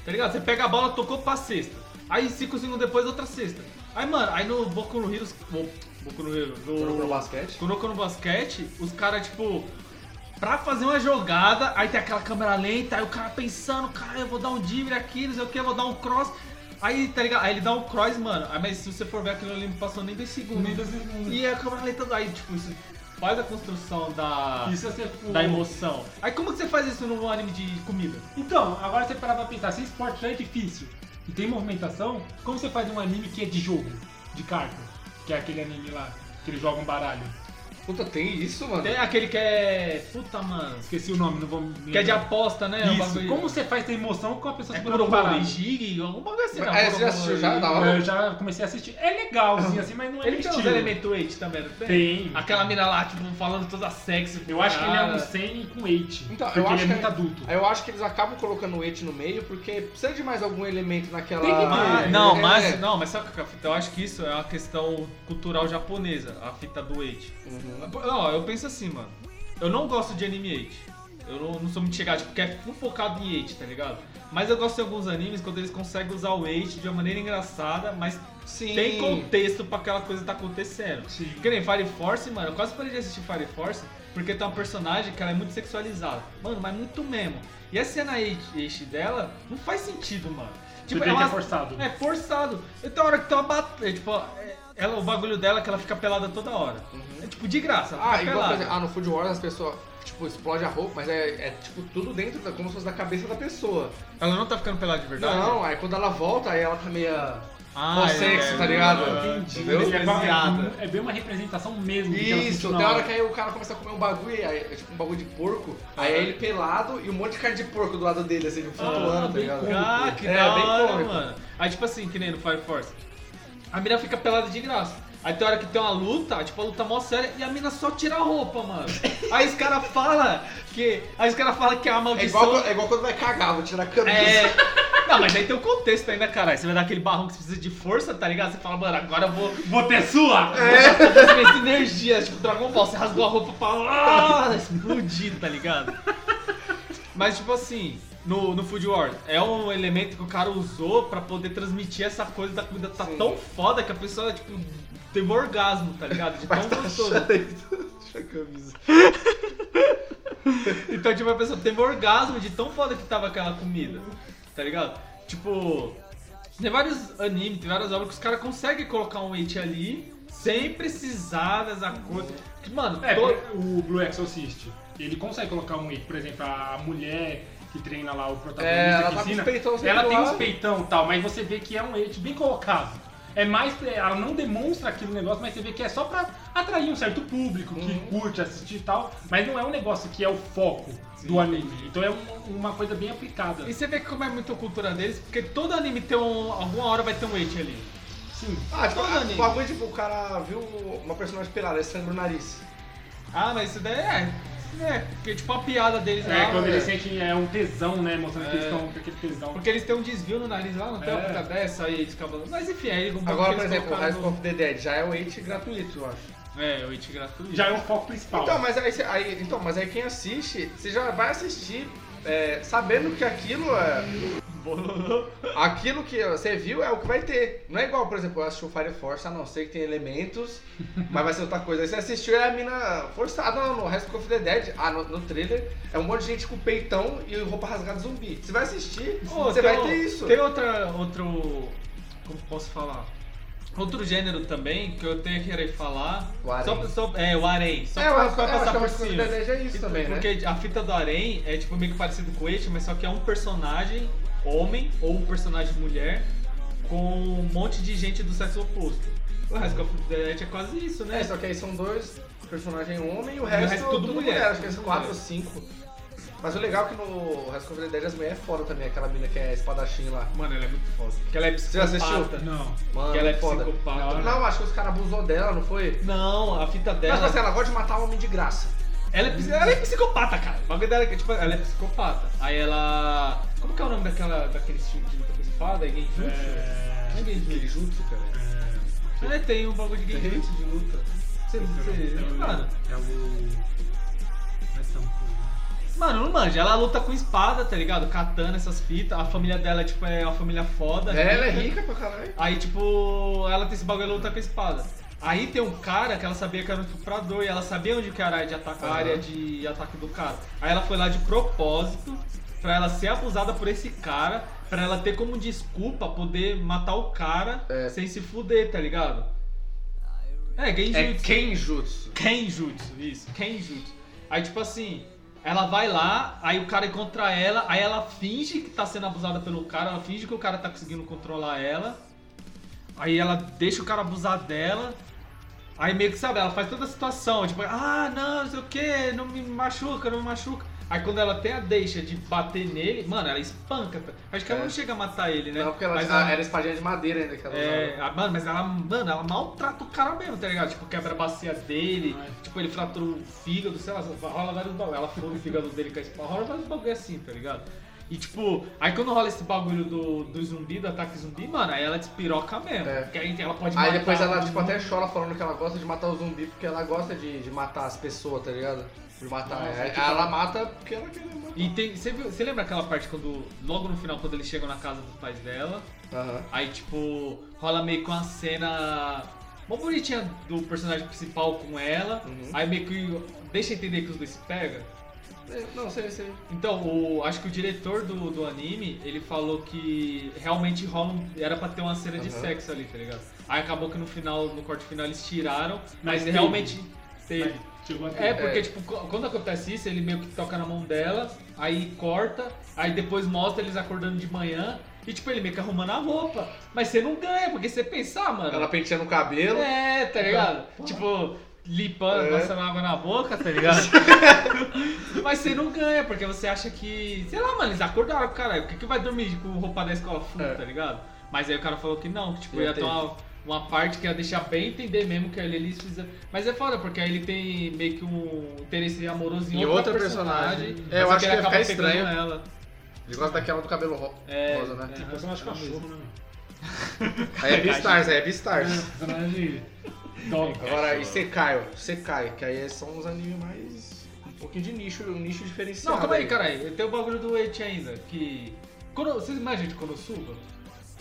Tá ligado? Você pega a bola, tocou pra cesta. Aí 5 segundos depois, outra cesta. Aí, mano, aí no Boku no Heroes... Bo- Boku no Heroes...
Jogou
No,
no basquete?
Kuroko no basquete, os caras, tipo... Pra fazer uma jogada, aí tem aquela câmera lenta, aí o cara pensando, cara, eu vou dar um diver aqui, não sei o que, eu vou dar um cross. Aí, tá ligado? Aí ele dá um cross, mano. Aí, mas se você for ver aquilo ali, não passou nem 10 segundos.
Nem dois segundos.
E a câmera lenta daí, tipo, isso faz a construção da,
Isso é ser o-
da emoção. Aí como que você faz isso num anime de comida?
Então, agora você parar pra pensar, se esporte já é difícil e tem movimentação, como você faz um anime que é de jogo, de carta? Que é aquele anime lá, que eles jogam baralho.
Puta, tem isso, mano.
Tem aquele que é. Puta, mano.
Esqueci o nome, não vou me lembrar.
Que é de aposta, né? O
Isso,
bagulho-
como você faz ter emoção com a pessoa
É
segurando o
Kurobori
baralho?
Jig, algum bagulho assim, não.
É, você já assistiu já? Da hora.
Eu já comecei a assistir. É legalzinho assim, mas não é
Ele
meu
tem uns
estilo.
elementos 8 também, não tem?
Tem.
Aquela Ah. mina lá, tipo, falando toda sexy. pro
Eu acho que ele é
cara.
um Sen com 8.
Então,
porque
eu acho
ele
que
é muito adulto.
Eu acho que eles acabam colocando o et no meio porque precisa de mais algum elemento naquela.
Tem que ter.
Ah,
É,
não,
é.
mas, não, mas sabe o que é a fita? Eu acho que isso é uma questão cultural japonesa, a fita do Age.
Uhum.
Não, eu penso assim, mano. Eu não gosto de anime 8. Eu não, não sou muito chegado, tipo, porque é full focado em 8, tá ligado? Mas eu gosto de alguns animes quando eles conseguem usar o 8 de uma maneira engraçada, mas
Sim.
tem contexto pra aquela coisa tá acontecendo.
Sim.
Que nem Fire Force, mano, eu quase parei de assistir Fire Force porque tem uma personagem que ela é muito sexualizada. Mano, mas muito mesmo. E a cena 8 dela não faz sentido, mano.
Tipo,
é
é
uma-
forçado.
é forçado. Então a hora que tá batendo. Tipo, é- ela, o bagulho dela é que ela fica pelada toda hora.
Uhum.
É tipo de graça. Ela
Ah,
fica
igual, por
pelada.
exemplo, ah, no Food Wars as pessoas, tipo, explode a roupa, mas é, é, tipo, tudo dentro, da, como se fosse da cabeça da pessoa.
Ela não tá ficando pelada de verdade?
Não, aí quando ela volta, aí ela tá meia...
Ah,
Pô, sexo, tá ligado?
Entendi.
Entendeu?
Ele é,
Esvaziada.
é bem uma representação mesmo. do que ela
Isso,
sentiu
tem
na
hora que aí o cara começa a comer um bagulho, aí, é tipo um bagulho de porco, aí é ele pelado e um monte de carne de porco do lado dele, assim, flutuando, tá
bem
ligado?
cômico. Ah, que
É,
da
bem
hora,
cômico.
mano. Aí tipo assim, que nem no Fire Force. A mina fica pelada de graça. Aí tem hora que tem uma luta, tipo, a luta mó séria, e a mina só tira a roupa, mano. Aí os caras falam que. Aí os caras falam que é a
É
maldição.
igual, quando- é igual quando vai cagar, vou tirar a camisa.
É. Não, mas aí tem o contexto ainda, caralho. Você vai dar aquele barrão que você precisa de força, tá ligado? Você fala, mano, agora eu vou.
Vou ter sua!
Você fez energia, tipo, Dragon Ball, você rasgou a roupa pra lá, explodir, tá ligado? Mas, tipo assim, no, no Food War, é um elemento que o cara usou pra poder transmitir essa coisa da comida. Tá
Sim.
tão foda que a pessoa, tipo, teve um orgasmo, tá ligado? De
Mas
tão
tá
gostoso.
achando aí, tira a camisa.
Então, tipo, a pessoa teve orgasmo de tão foda que tava aquela comida, tá ligado? Tipo, tem vários animes, tem várias obras que os caras conseguem colocar um weight ali sem precisar dessa coisa. Que, Mano,
É,
to-
o Blue Exorcist, ele consegue colocar um por exemplo, a mulher que treina lá o protagonista
É, ela
que
tá com
ensina,
os peitão sempre
ela tem
lá.
uns peitão e tal, mas você vê que é um eixo bem colocado. É mais, ela não demonstra aquilo no negócio, mas você vê que é só pra atrair um certo público que
Uhum.
curte assistir e tal, mas não é um negócio que é o foco do anime. Então é um- uma coisa bem aplicada.
E você vê como é muito a cultura deles, porque todo anime tem um. alguma hora vai ter um weight ali.
Sim.
Ah, tipo,
Ô,
ah,
Nani.
o bagulho, tipo, o cara viu uma personagem pelada, ele sangra o nariz.
Ah, mas isso daí é. É, porque tipo a piada deles
É,
lá,
quando
é.
ele sente é um tesão, né? Mostrando que
É.
eles estão com aquele tesão.
Porque eles têm um desvio no nariz lá, não tem
É.
uma puta dessa aí eles ficam. Mas enfim, aí um
Agora,
que
por
eles
exemplo, o
colocaram
Rise of the Dead já é o 8 gratuito, eu acho.
no... É, o weight gratuito.
Já é o foco principal.
Então, mas aí, cê- aí- então, mas aí quem assiste, você já vai assistir é, sabendo que aquilo é. aquilo que você viu é o que vai ter. Não é igual, por exemplo, eu assisti o Fire Force, a não ser que tem elementos, mas vai ser outra coisa. Aí você assistiu e a mina forçada não, no Rest of the Dead, ah, no, no trailer, é um monte de gente com peitão e roupa rasgada zumbi. Você vai assistir,
Ô,
você
tem
vai
um-
ter isso.
Tem outra, outro. Como posso falar? Outro gênero também que eu tenho que querer falar.
O harém.
Só, só, é, o harém. Só
É, eu
pra,
acho-
pra
eu
passar
acho que
por
o Rise of
cima.
the Dead é isso também, né?
Porque a fita do Arém é tipo meio que parecido com o Eight, mas só que é um personagem homem ou um personagem mulher com um monte de gente do sexo oposto. O Rise of the Dead é quase isso, né?
É, só que aí são dois personagens homem e o
E o
resto,
um resto
tudo,
tudo
mulher.
mulher,
Acho que
tudo
são quatro ou
mulher.
cinco. Mas o legal é que no Resto of the Dead as mulheres é foda também, aquela mina que é espadachim lá.
Mano, ela é muito foda. Que ela é
Você já
psicopata.
assistiu?
Não.
Mano,
Que ela é
foda.
psicopata.
Não, acho que os caras abusou dela, não foi?
Não, a fita
Mas,
dela.
Marcelo, ela gosta de matar um homem de graça.
Ela é, psi- ela é psicopata, cara. O bagulho dela é que, tipo, ela é psicopata. Aí ela. Como que é o nome daquela, daquele estilo de luta que você fala? É Genjutsu? Não é Genjutsu.
Jutsu, cara.
É, tem um bagulho de Genjutsu de luta. Você, você, mano,
É o.
mano, não manja. Ela luta com espada, tá ligado? Katana, essas fitas. A família dela, tipo, é uma família foda.
Ela é rica pra caralho.
Aí, tipo, ela tem esse bagulho de luta com a espada. Aí tem um cara que ela sabia que era um estuprador e ela sabia onde que era a área de ataque, a área de ataque do cara. Aí ela foi lá de propósito pra ela ser abusada por esse cara, pra ela ter como desculpa poder matar o cara
É.
sem se fuder, tá ligado? É, Genjutsu.
É Kenjutsu.
Kenjutsu, isso, Kenjutsu. Aí, tipo assim, ela vai lá, aí o cara encontra ela, aí ela finge que tá sendo abusada pelo cara, ela finge que o cara tá conseguindo controlar ela. Aí ela deixa o cara abusar dela. Aí meio que sabe, ela faz toda a situação, tipo, ah, não, não sei o que, não me machuca, não me machuca. Aí quando ela até a deixa de bater nele, mano, ela espanca. tá? Acho que ela
É.
não chega a matar ele, né?
Não, porque ela
Mas
ah, era espadinha de madeira ainda que ela
é,
usava.
a- mano, mas ela, mano, ela maltrata o cara mesmo, tá ligado? Tipo, quebra a bacia dele,
Ah, é.
tipo, ele fraturou o fígado, sei lá, rola vários bagulho. Ela fura o fígado dele com a espada, rola vários bagulho assim, tá ligado? E tipo, aí quando rola esse bagulho do, do zumbi, do ataque zumbi, mano, aí ela despiroca mesmo.
É.
Porque aí ela pode
Aí
matar um
depois ela
todo
tipo,
mundo.
até chora falando que ela gosta de matar o zumbi porque ela gosta de, de matar as pessoas, tá ligado? De matar.
Nossa,
Aí
tipo-
Ela mata porque ela quer matar.
E tem. Você, viu- você lembra aquela parte quando. Logo no final, quando eles chegam na casa dos pais dela?
Aham.
Aí, tipo, rola meio com a cena mó bonitinha do personagem principal com ela.
Uhum.
Aí meio que deixa entender que os dois se pegam.
É, Não, sei, sei.
Então, o- acho que o diretor do, do anime, ele falou que realmente rola um- era pra ter uma cena de
Uhum.
sexo ali, tá ligado? Aí acabou que no final, no corte final, eles tiraram, mas,
Mas teve.
realmente teve.
Chegou até.
É, porque,
É.
tipo, co- quando acontece isso, ele meio que toca na mão dela, aí corta, aí depois mostra eles acordando de manhã, e, tipo, ele meio que arrumando a roupa. Mas você não ganha, porque você pensar, mano.
Ela penteando o cabelo.
É, tá ligado? Tipo, limpando,
É.
passando água na boca, tá ligado? Mas você não ganha, porque você acha que. Sei lá, mano, eles acordaram, caralho. Por que, que vai dormir com roupa da escola full,
É.
tá ligado? Mas aí o cara falou que não, que tipo,
Ia
ia
ter.
ter uma, uma parte que ia deixar bem entender mesmo que ali eles fizeram. Mas é foda, porque aí ele tem meio que um interesse amoroso em,
Em outra personagem. É, eu
só
acho que
ele
ia
acaba
ficar
pegando
estranho.
Ela.
Ele gosta daquela do cabelo ro-
É,
rosa, né?
é.
Personagem cachorro, Ah, né?
Aí é Beastars, aí é Beastars.
Personagem. Dog.
Agora, Isekai, ó. Isekai, que aí são uns animes mais... Um pouquinho de nicho, um nicho diferenciado.
Não, calma aí, caralho. Tem o bagulho do Eti ainda, que. Kono- Vocês imaginam de Konosuba?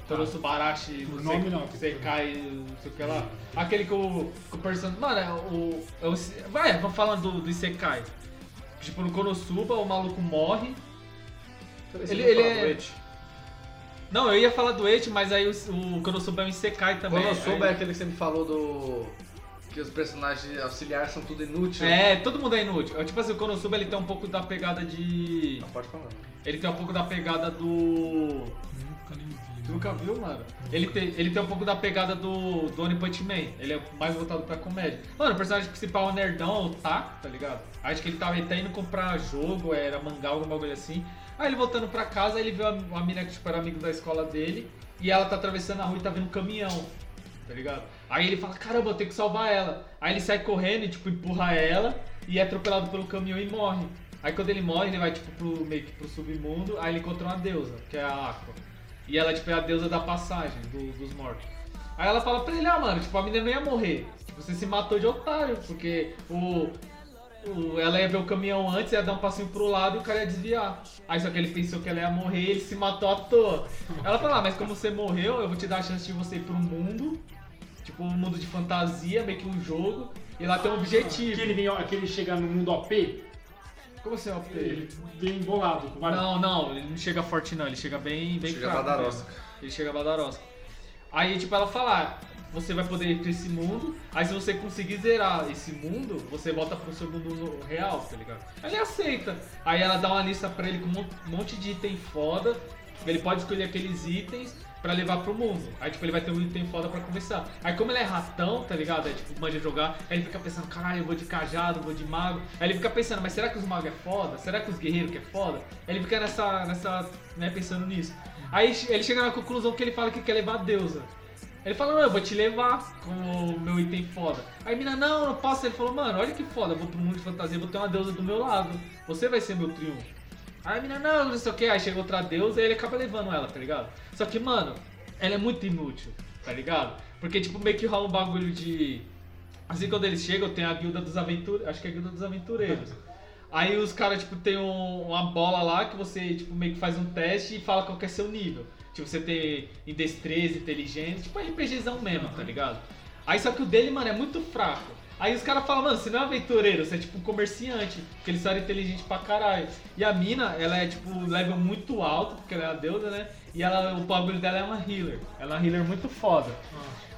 Konosuba Arashi,
Por
não
Ah. nome
sei,
não. tipo,
Você cai, não sei o que lá. Aquele que o, que o personagem. Mano, é o. é o- Vai, vamos falar do, do Isekai. Tipo, no Konosuba, o maluco morre.
Ele,
Ele- ele
é...
é- Não, eu ia falar do Eti, mas aí o, o Konosuba é um Isekai também.
Konosuba é
Aí-
aquele que você me falou do... Que os personagens auxiliares são tudo inútil.
É, todo mundo é inútil. É, Tipo assim, o Konosuba ele tem um pouco da pegada de.
Não pode falar.
Ele tem um pouco da pegada do.
Nunca
Tu
nem vi. né?
Nunca viu, mano? Ele tem, ele tem um pouco da pegada do, do One Punch Man. Ele é mais voltado pra comédia. Mano, o personagem principal é o nerdão, o Taco, tá ligado? Acho que ele tava até indo comprar jogo, era mangá, algum bagulho assim. Aí ele voltando pra casa, ele viu a, a mina que tipo, era amigo da escola dele. E ela tá atravessando a rua e tá vendo um caminhão, tá ligado? Aí ele fala, caramba, eu tenho que salvar ela. Aí ele sai correndo e, tipo, empurra ela. E é atropelado pelo caminhão e morre. Aí quando ele morre, ele vai, tipo, pro, meio que pro submundo. Aí ele encontra uma deusa, que é a Aqua. E ela, tipo, é a deusa da passagem do- dos mortos. Aí ela fala pra ele, ah, mano, tipo, a menina não ia morrer. Você se matou de otário, porque o, o- ela ia ver o caminhão antes, ia dar um passinho pro lado e o cara ia desviar. Aí só que ele pensou que ela ia morrer e ele se matou à toa. Ela fala, ah, mas como você morreu, eu vou te dar a chance de você ir pro mundo. Tipo, um mundo de fantasia, meio que um jogo. E
é
lá tem um objetivo.
Aquele, vem, aquele chega no mundo OP,
Como assim,
ele
Alfredo?
vem bolado. Com vários...
Não, não, ele não chega forte não, ele chega bem, bem
Chega
fraco
badarosca.
mesmo. Ele chega badarosca. Aí, tipo, ela fala, ah, você vai poder ir pra esse mundo, aí se você conseguir zerar esse mundo, você volta pro seu mundo real, tá ligado? Aí Ele aceita. Aí ela dá uma lista pra ele com um mon- monte de item foda, ele pode escolher aqueles itens pra levar pro mundo. Aí, tipo, ele vai ter um item foda pra começar. Aí, como ele é ratão, tá ligado? É, tipo, manja jogar. Aí ele fica pensando, caralho, eu vou de cajado, eu vou de mago. Aí ele fica pensando, mas será que os magos é foda? Será que os guerreiros que é foda? Aí ele fica nessa, nessa, né, pensando nisso. Aí che- ele chega na conclusão que ele fala que quer levar a deusa. Ele falou, não, eu vou te levar com o meu item foda. Aí a mina, não, não posso. Ele falou, mano, olha que foda, eu vou pro mundo de fantasia, vou ter uma deusa do meu lado. Você vai ser meu triunfo. Aí a mina, não, não sei o que. Aí chega outra deusa e ele acaba levando ela, tá ligado? Só que, mano, ela é muito inútil, tá ligado? Porque, tipo, meio que rola um bagulho de. Assim, quando eles chegam, tem a guilda dos aventureiros. Acho que é a guilda dos aventureiros. Aí os caras, tipo, tem um- uma bola lá que você, tipo, meio que faz um teste e fala qual que é seu nível. Tipo, você tem em destreza, inteligência, tipo RPGzão mesmo, tá ligado? Aí só que o dele, mano, é muito fraco. Aí os caras falam, mano, você não é aventureiro, você é tipo um comerciante, porque ele só era inteligente pra caralho. E a mina, ela é tipo level muito alto, porque ela é a deusa, né? E ela, o bagulho dela é uma healer. Ela é uma healer muito foda.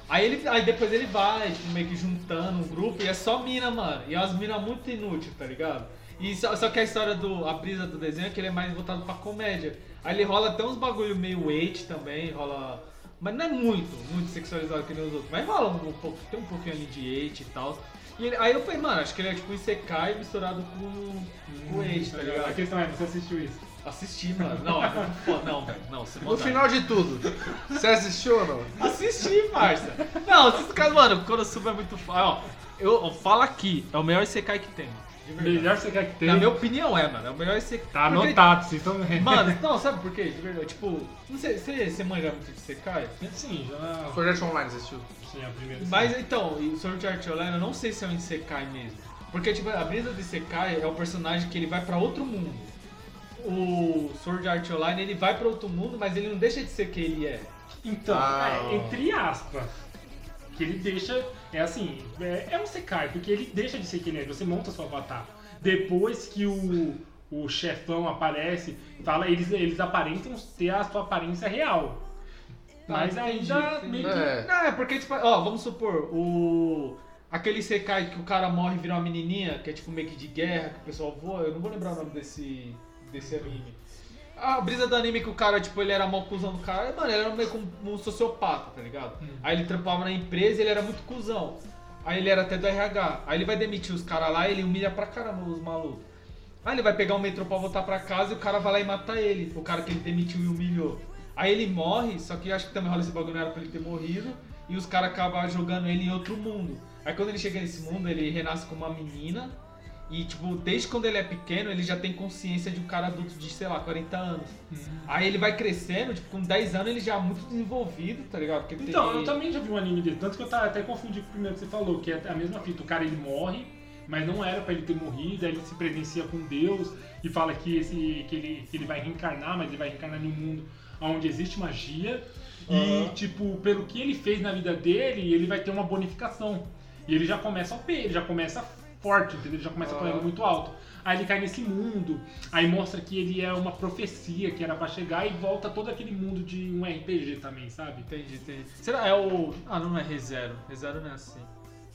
Aí, ele, aí depois ele vai, tipo, meio que juntando um grupo e é só mina, mano. E é umas mina muito inútil, tá ligado? E só, só que a história do. A brisa do desenho é que ele é mais voltado pra comédia. Aí ele rola até uns bagulho meio weight também, rola. Mas não é muito, muito sexualizado que nem os outros. Mas rola um, pouco, tem um pouquinho ali de eight e tal. E ele- aí eu falei, mano, acho que ele é tipo um Isekai misturado com,
Hum,
com eight, tá
A
ligado?
questão é, você assistiu isso?
Assisti, mano. Não, é muito foda. Não, velho. Não, você
No final de tudo, você assistiu ou não?
Assisti, parça. Não, esses caras, mano, o Konosuba é muito foda. Ó, eu, eu falo aqui, é o melhor Isekai que tem. De verdade.
Melhor você quer que
Na
tenha.
minha opinião é, mano, é o melhor Isekai.
Tá
Porque-
anotado, vocês estão vendo.
Mano, não, sabe por quê? De verdade, tipo, não sei, você, você manja muito de Isekai?
Sim, já.
Sword Art Online você assistiu?
Sim, a primeira.
Mas então, e o Sword Art Online, eu não sei se é um Isekai mesmo. Porque, tipo, a brisa do Isekai é o personagem que ele vai pra outro mundo. O Sword Art Online, ele vai pra outro mundo, mas ele não deixa de ser quem ele é.
Então,
Ah.
é, entre aspas. Que ele deixa. É assim, é, é um Sekai, porque ele deixa de ser quem ele é, você monta seu avatar. Depois que o, o chefão aparece, fala, eles, eles aparentam ter a sua aparência real. Mas
entendi,
ainda
Tá,
assim,
entendi.
meio que.
É.
Não, é porque, tipo, ó, vamos supor, o. Aquele Sekai que o cara morre e vira uma menininha, que é tipo meio que de guerra, que o pessoal voa, eu não vou lembrar o nome desse. desse anime. A brisa do anime que o cara, tipo, ele era mó cuzão do cara, mano, ele era meio como um sociopata, tá ligado?
Hum.
Aí ele trampava na empresa e ele era muito cuzão. Aí ele era até do RH. Aí ele vai demitir os caras lá e ele humilha pra caramba os malucos. Aí ele vai pegar o metrô pra voltar pra casa e o cara vai lá e mata ele, o cara que ele demitiu e humilhou. Aí ele morre, só que acho que também rola esse bagulho, não era pra ele ter morrido. e os caras acabam jogando ele em outro mundo. Aí quando ele chega nesse mundo, ele renasce como uma menina. E, tipo, desde quando ele é pequeno, ele já tem consciência de um cara adulto de, sei lá, 40 anos. Aí ele vai crescendo, tipo, com 10 anos ele já é muito desenvolvido, tá ligado? Porque ele
Então,
tem...
eu também já vi um anime desse, tanto que eu tava- até confundi com o primeiro que você falou, que é a mesma fita, o cara ele morre, mas não era pra ele ter morrido, aí ele se presencia com Deus e fala que, esse, que, ele, que ele vai reencarnar, mas ele vai reencarnar num mundo onde existe magia. E, tipo, pelo que ele fez na vida dele, ele vai ter uma bonificação. E ele já começa OP, ele já começa forte, entendeu? Ele já começa com ele muito alto. Aí ele cai nesse mundo, aí mostra que ele é uma profecia que era pra chegar e volta todo aquele mundo de um RPG também, sabe?
Entendi, entendi. Será é o. Ah, não, não é ReZero. ReZero não é assim.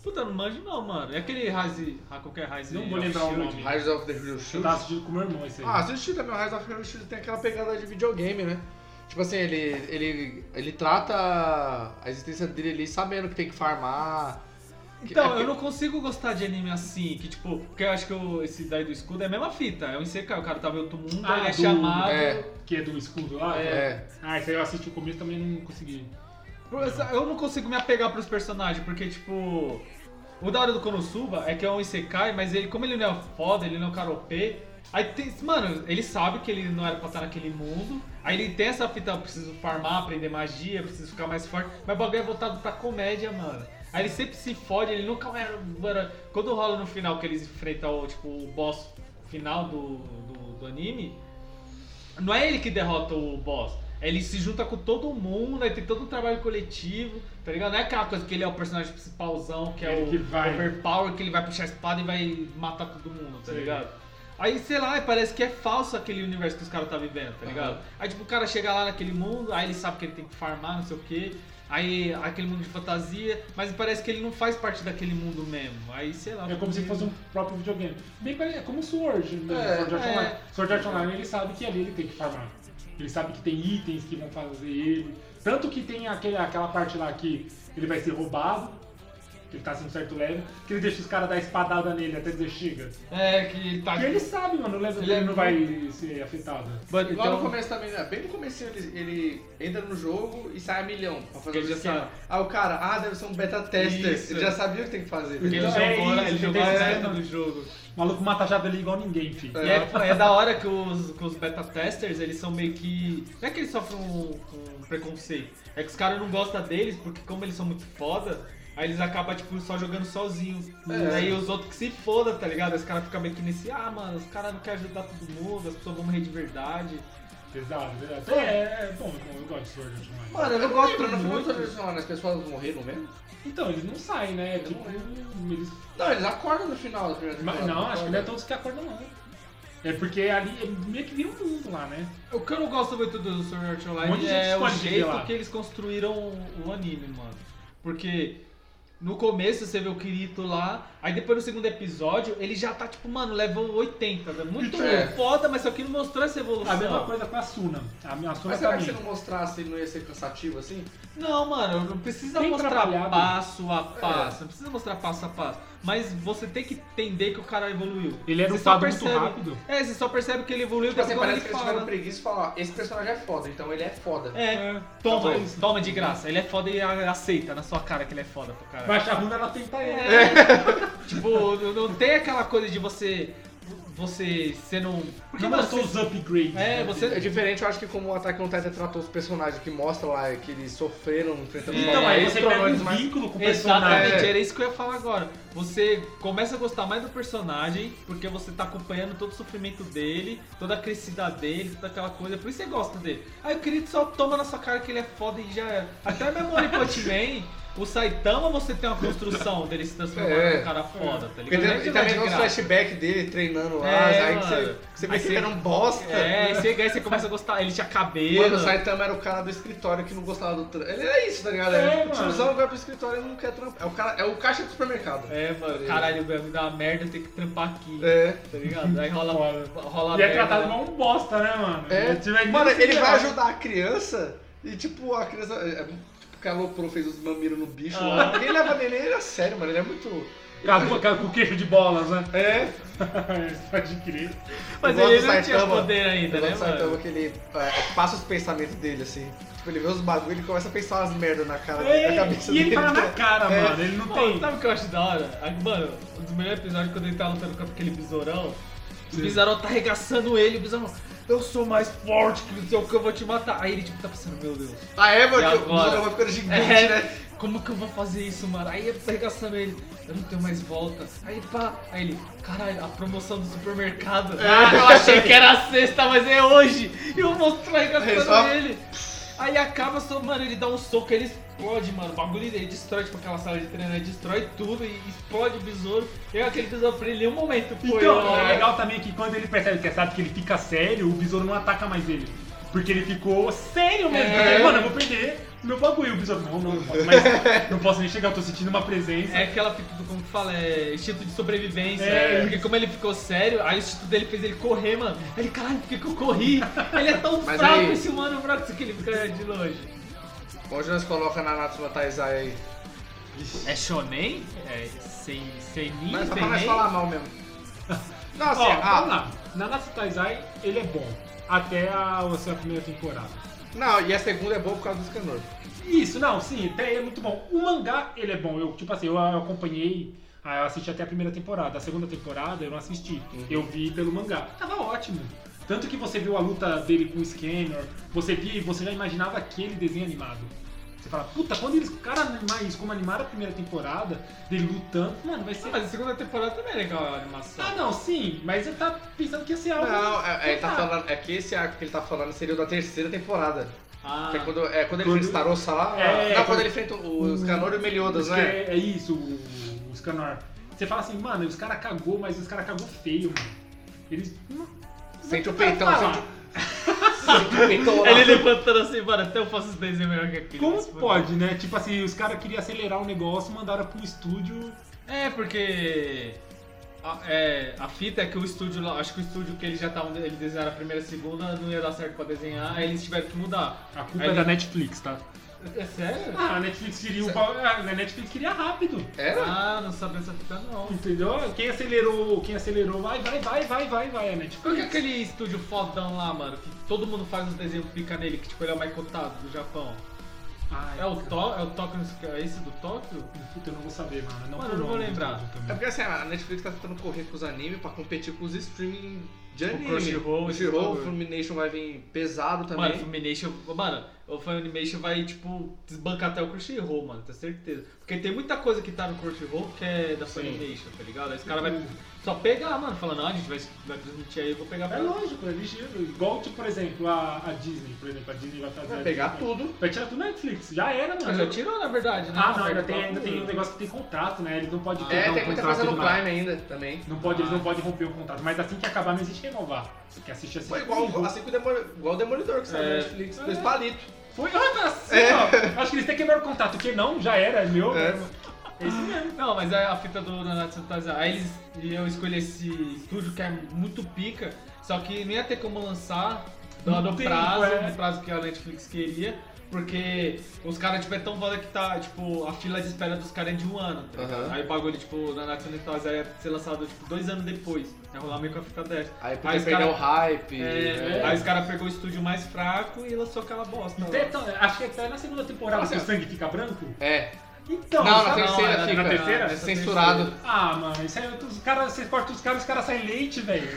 Puta, não manjo não, mano. É aquele Raze. ah, Qualquer Raze.
Não vou lembrar o nome.
Rise of the Hero
Eu
Shield.
tava assistindo com meu irmão esse aí.
Ah, assisti também. O Rise of the Hero Shield tem aquela pegada de videogame, né? Tipo assim, ele, ele, ele trata a existência dele ali sabendo que tem que farmar. que- é
Então,
porque-
eu não consigo gostar de anime assim, que tipo, porque eu acho que o- esse daí do escudo é a mesma fita, é um ICK, o cara tá em outro mundo,
Ah,
aí ele é
do-
chamado.
É.
Que é do escudo lá?
É.
Ah, esse aí eu assisti o começo também não consegui.
Por- Eu não consigo me apegar pros personagens, porque tipo. O da hora do Konosuba é que é um Isekai, mas ele, como ele não é foda, ele não é um cara OP, aí tem. Mano, ele sabe que ele não era pra estar naquele mundo. Aí ele tem essa fita, eu preciso farmar, aprender magia, preciso ficar mais forte. Mas o bagulho é voltado pra comédia, mano. Aí ele sempre se fode, ele nunca era. era- Quando rola no final que eles enfrentam o, tipo, o boss final do, do, do anime, não é ele que derrota o boss. Ele se junta com todo mundo, aí tem todo um trabalho coletivo, tá ligado? Não é aquela coisa que ele é o personagem principalzão, que é
Ele
o
que vai.
overpower, que ele vai puxar a espada e vai matar todo mundo, tá
Sim.
ligado? Aí, sei lá, parece que é falso aquele universo que os caras tá vivendo, tá ligado? Aí, tipo, o cara chega lá naquele mundo, aí ele sabe que ele tem que farmar, não sei o quê. Aí, aquele mundo de fantasia, mas parece que ele não faz parte daquele mundo mesmo. Aí, sei lá.
É como se fosse um próprio videogame. Bem pare- é como o Sword, né?
É,
Sword Art
é.
Online. Sword Art Online ele sabe que ali ele tem que farmar. Ele sabe que tem itens que vão fazer ele. Tanto que tem aquele, aquela parte lá que ele vai ser roubado, que ele tá sendo certo leve, que ele deixa os caras dar espadada nele até dizer chega.
É, que ele tá...
Porque ele sabe, mano, o level
Ele
dele
é
não vai ser afetado.
Mano,
Igual no
então...
começo também, né? Bem no começo ele, ele entra no jogo e sai a milhão pra fazer
Porque ele
o
já
esquema.
sabe.
Ah, o cara, ah, deve ser um beta tester.
Isso.
Ele já sabia o que tem que fazer.
Porque ele
Então,
jogou,
é
né? ele
isso,
jogou
tem
a
esse
regra
tema.
do jogo.
O maluco mata a jato ali igual ninguém, filho.
É.
E é, é da hora que os, que os beta testers, eles são meio que. Não é que eles sofrem um, um preconceito. É que os caras não gostam deles, porque como eles são muito foda, aí eles acabam, tipo, só jogando sozinhos.
É.
Aí os outros que se foda, tá ligado? Os caras ficam meio que nesse, ah, mano, os caras não querem ajudar todo mundo, as pessoas vão morrer de verdade.
Pesado, pesado. É, é bom, é bom, eu gosto de Sword Art Online.
Mano, eu
Eu
gosto
lembro
pra não
muito.
ficar tradicional, as pessoas morreram mesmo.
Então, eles não saem, né? Tipo, eles...
Não, eles acordam no final da primeira
Mas,
temporada.
não, acho que não é
Acordam.
todos que acordam, não. É porque ali é meio que vira um mundo lá, né?
O que eu não gosto muito do Sword Art
Um
Online
monte de gente
é o
pode viver lá.
jeito que eles construíram o o anime, mano. Porque no começo você vê o Kirito lá, aí depois no segundo episódio ele já tá tipo, mano, level 80. né? Muito
É.
foda, mas só que não mostrou essa evolução.
A mesma coisa com a Suna. A minha Suna
Mas será que
também.
se não mostrasse não ia ser cansativo assim?
Não, mano, não precisa
Bem
mostrar
trabalhado.
passo a passo, não precisa mostrar passo a passo. Mas você tem que entender que o cara evoluiu.
Ele era
Você
um
só
fado muito
percebe-
rápido.
É, você só percebe que ele evoluiu
Tipo
depois
assim,
quando ele
parece que eles tiveram
fala.
preguiça e falaram, esse personagem é foda, então ele é foda.
É, toma, toma de graça. Ele é foda e a- aceita na sua cara que ele é foda pro cara.
Baixa a runa, ela tenta é, ele.
É,
Tipo, não- não tem aquela coisa de você. Você sendo. um- Porque
Não
mano,
mostrou os
você-
upgrades.
É,
né?
É
você.
diferente, eu acho que como o Ataque on Titan tratou os personagens que mostra lá é que eles sofreram enfrentando
Então,
É, o
aí
Batman,
você
tornou
pega
eles
um
mais-
vínculo com o personagem.
Exatamente,
É.
era isso que eu ia falar agora. Você começa a gostar mais do personagem porque você tá acompanhando todo o sofrimento dele, toda a crescida dele, toda aquela coisa, por isso você gosta dele. Aí o querido só toma na sua cara que ele é foda e já era. Até mesmo o Onipotman, o Saitama, você tem uma construção dele se transformando
É.
num cara foda, tá
Porque
ligado? Não é
tem-
de
E também
de
tem uns
graça.
flashback dele treinando lá,
É,
aí que você,
mano.
que você vê
Aí
que
você-
ele era um bosta.
É, aí você, aí você começa a gostar, ele tinha cabelo.
Mano, o Saitama era o cara do escritório que não gostava do trampo. Ele era isso, tá ligado?
É,
Ele
mano.
tiozão vai pro escritório e não quer trampar. É o, cara, é o caixa do supermercado.
É, mano, caralho, vai me dar uma merda, eu tenho que trampar aqui,
É.
tá ligado? Aí rola, rola
E é
merda.
tratado como um bosta, né, mano?
É.
Ele tiver-
Mano, ele vai
Não,
ajudar a criança e tipo, a
Ah.
criança. É, é, tipo, que a Lopro fez os mamilos no bicho lá. Ninguém leva nele, ele é sério, mano. Ele é muito.
Com, com queijo de bolas, né?
É,
Pode crer.
Mas
Eu gosto
ele
do
não tinha
Saitama.
poder ainda,
Eu
né,
gosto do Saitama
mano?
que ele é, passa os pensamentos dele, assim. Tipo, ele vê os bagulho e começa a pensar umas merdas na cara,
É,
na cabeça
e ele
dele.
fala na cara,
É.
mano. Ele não
Pô,
tem.
sabe o que eu acho da hora? Ah, Mano, um dos melhores episódios quando ele tá lutando com aquele besourão. O besourão tá arregaçando ele, o besourão, eu sou mais forte que não sei o que, eu vou te matar. Aí ele tipo tá pensando, meu Deus.
A Eva,
E
Ah, é, que o
agora?
Zorro vai ficando gigante,
É,
né?
como que eu vou fazer isso, mano? Aí eu tô arregaçando ele, eu não tenho mais volta. Aí pá, aí ele, caralho, a promoção do supermercado. Ah, eu achei que era a sexta, mas é hoje. E o monstro arregaçando
Aí só-
ele. Aí acaba, só, mano, ele dá um soco, ele explode, mano. O bagulho ele destrói, tipo, aquela sala de treino, ele destrói tudo e explode o besouro. E aí aquele besouro pra ele em um momento foi.
Então,
ó,
o legal também é que quando ele percebe que é sábio, que ele fica sério, o besouro não ataca mais ele. Porque ele ficou sério mesmo.
É.
Mano, eu vou perder meu bagulho. O besouro, não, não, não posso, mas não posso nem chegar, eu tô sentindo uma presença.
É aquela fita do, como que fala, é instinto de sobrevivência.
É.
Porque como ele ficou sério, aí o instinto dele fez ele correr, mano. Aí ele, caralho, por que, que eu corri? ele é tão
Mas
fraco
aí-
esse humano é fraco que ele fica de longe.
Onde nós colocamos na Natsu Taizai aí?
É shonen? É sem, sem mim,
Mas só pra
sem
nós
nem?
falar mal mesmo. Não, assim,
Ó,
ah,
vamos lá. Nanatsu Taizai, ele é bom. Até a, assim, a sua primeira temporada.
não, e a segunda é boa por causa do Scanor.
Isso, não, sim, até é muito bom. O mangá, ele é bom. Eu, tipo assim, eu acompanhei, ah, eu assisti até a primeira temporada. A segunda temporada eu não assisti.
Uhum.
Eu vi pelo mangá. Tava ótimo. Tanto que você viu a luta dele com o Scanner, você via e você já imaginava aquele desenho animado. Você fala, puta, quando eles, cara, animar isso, como animaram a primeira temporada, dele lutando, mano, vai ser.
Ah, mas a segunda temporada também é legal a animação.
Ah, não, sim, mas eu tava pensando que
Então
ia ser algo.
Não, é, é, ele tá
Ah,
falando, é que esse arco que ele tá falando seria o da terceira temporada.
Ah,
Que é quando, é, quando ele
Quando-
enfrenta Starossa lá.
É,
não, quando,
quando-
ele enfrenta o Scanor e o Meliodas,
Porque
né?
É isso, o- os Canor. Você fala assim, mano, os caras cagou, mas os caras cagou feio, mano. Eles. não-
Sente
não
o
tem
peitão,
pra falar.
sente Ele peitou lá.
ele levantando assim, mano, até eu faço os desenhos melhor que aquele.
Como
Mas, mano,
pode, né? Tipo assim, os caras queriam acelerar o negócio, mandaram pro estúdio.
É, porque. A, é, a fita é que o estúdio lá, acho que o estúdio que eles já tá, estavam, eles desenharam a primeira e a segunda, não ia dar certo pra desenhar, aí eles tiveram que mudar.
A culpa
Aí
é
ele-
da Netflix, tá?
É sério?
Ah, a Netflix queria o pau- ah, A Netflix queria rápido.
Era?
Ah, não sabia essa fita não.
Entendeu? Quem acelerou, quem acelerou, vai, vai, vai, vai, vai, vai, a Netflix.
Qual que é aquele estúdio fodão lá, mano? Que todo mundo faz uns desenhos pica nele, que tipo ele é o mais cotado do Japão.
Ai,
É o, to é o Tóquio, não sei o que- é esse do Tóquio?
Puta, eu não vou saber, mano. Não,
Mano,
por
eu não vou
nome,
lembrar.
entendeu?
É
Também.
porque assim, a Netflix tá tentando correr com os animes pra competir com os streaming de anime.
Crunchyroll,
o
esse
Crunchyroll,
bagulho.
o Flumination vai vir pesado também.
Mano, o Funimation. Mano, o Funimation vai, tipo, desbancar até o Crunchyroll, mano, tenho certeza. Porque tem muita coisa que tá no Crunchyroll que é da Funimation, tá ligado? Aí os caras vai só pegar, mano, falando, não, a gente vai, vai transmitir aí, eu vou pegar pra
É lógico, é ligeiro. Igual, tipo, por exemplo, a, a Disney, por exemplo, a Disney vai fazer. tipo,
Vai pegar tudo.
Vai tirar do Netflix, já era, mano.
Mas já tirou, na verdade, né?
Ah, não,
Certo,
ainda tem, ainda tem um
bagulho.
negócio que tem contrato, né? Eles não podem
É,
um
tem muita coisa
e
no
tudo mais.
Prime Ah. ainda também.
Não pode, eles não podem romper o contrato, mas assim que acabar não existe renovar. Você quer assistir assim.
Foi igual, assim que o Demol- igual o Demolidor que saiu na
É.
Netflix, dois
É.
palitos.
Foi, ah, tá assim, ó. Acho que eles têm quebrar o contrato, que não, já era, é meu.
É.
É isso mesmo.
Não, mas a, a fita do Nanatsu Taizai, aí eles, e eu escolhi esse estúdio que é muito pica, só que nem ia ter como lançar no,
Não
no
tem,
prazo,
é.
no prazo que a Netflix queria, porque os caras, tipo, é tão foda que tá, tipo, a fila de espera dos caras é de um ano, tá ligado?
Aham.
Aí o bagulho, tipo, Nanatsu Taizai ia ser lançado, tipo, dois anos depois, ia rolar meio com a fita dessa.
Aí porque
Aí os
perdeu
cara-
o hype.
É,
né?
Aí os caras pegou o estúdio mais fraco e lançou aquela bosta.
Até,
lá.
então, acho que até na segunda temporada
Nossa.
que o sangue fica branco.
É.
Então,
Não, na
sabe-
terceira
na-
fica.
na terceira?
É censurado.
Ah, mano, isso aí, os caras, você corta os caras, os caras saem leite, velho.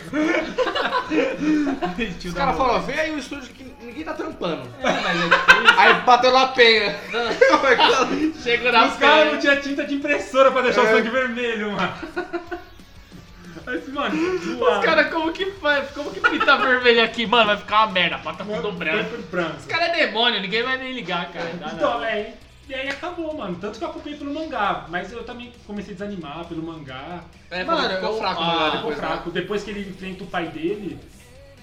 Os caras falam, ó, vê aí o estúdio que ninguém tá trampando.
É, mas é difícil.
Aí bateu na penha. Chegou
Os caras não tinham tinta de impressora pra deixar o sangue vermelho, mano. Mas, mano, zoado.
Os cara, como que faz? Como que pintar vermelho aqui? Mano, vai ficar uma merda, pata tudo branco.
Foi pro branco.
Esse cara é demônio, ninguém vai nem ligar, cara. Dá
Então,
nada.
é, e aí acabou, mano. Tanto que eu acompanhei pelo mangá, mas eu também comecei a desanimar pelo mangá.
É,
Mano,
mano, ficou
eu-
fraco,
ah,
mano.
Ficou
Depois, né?
fraco. Depois que ele enfrenta o pai dele,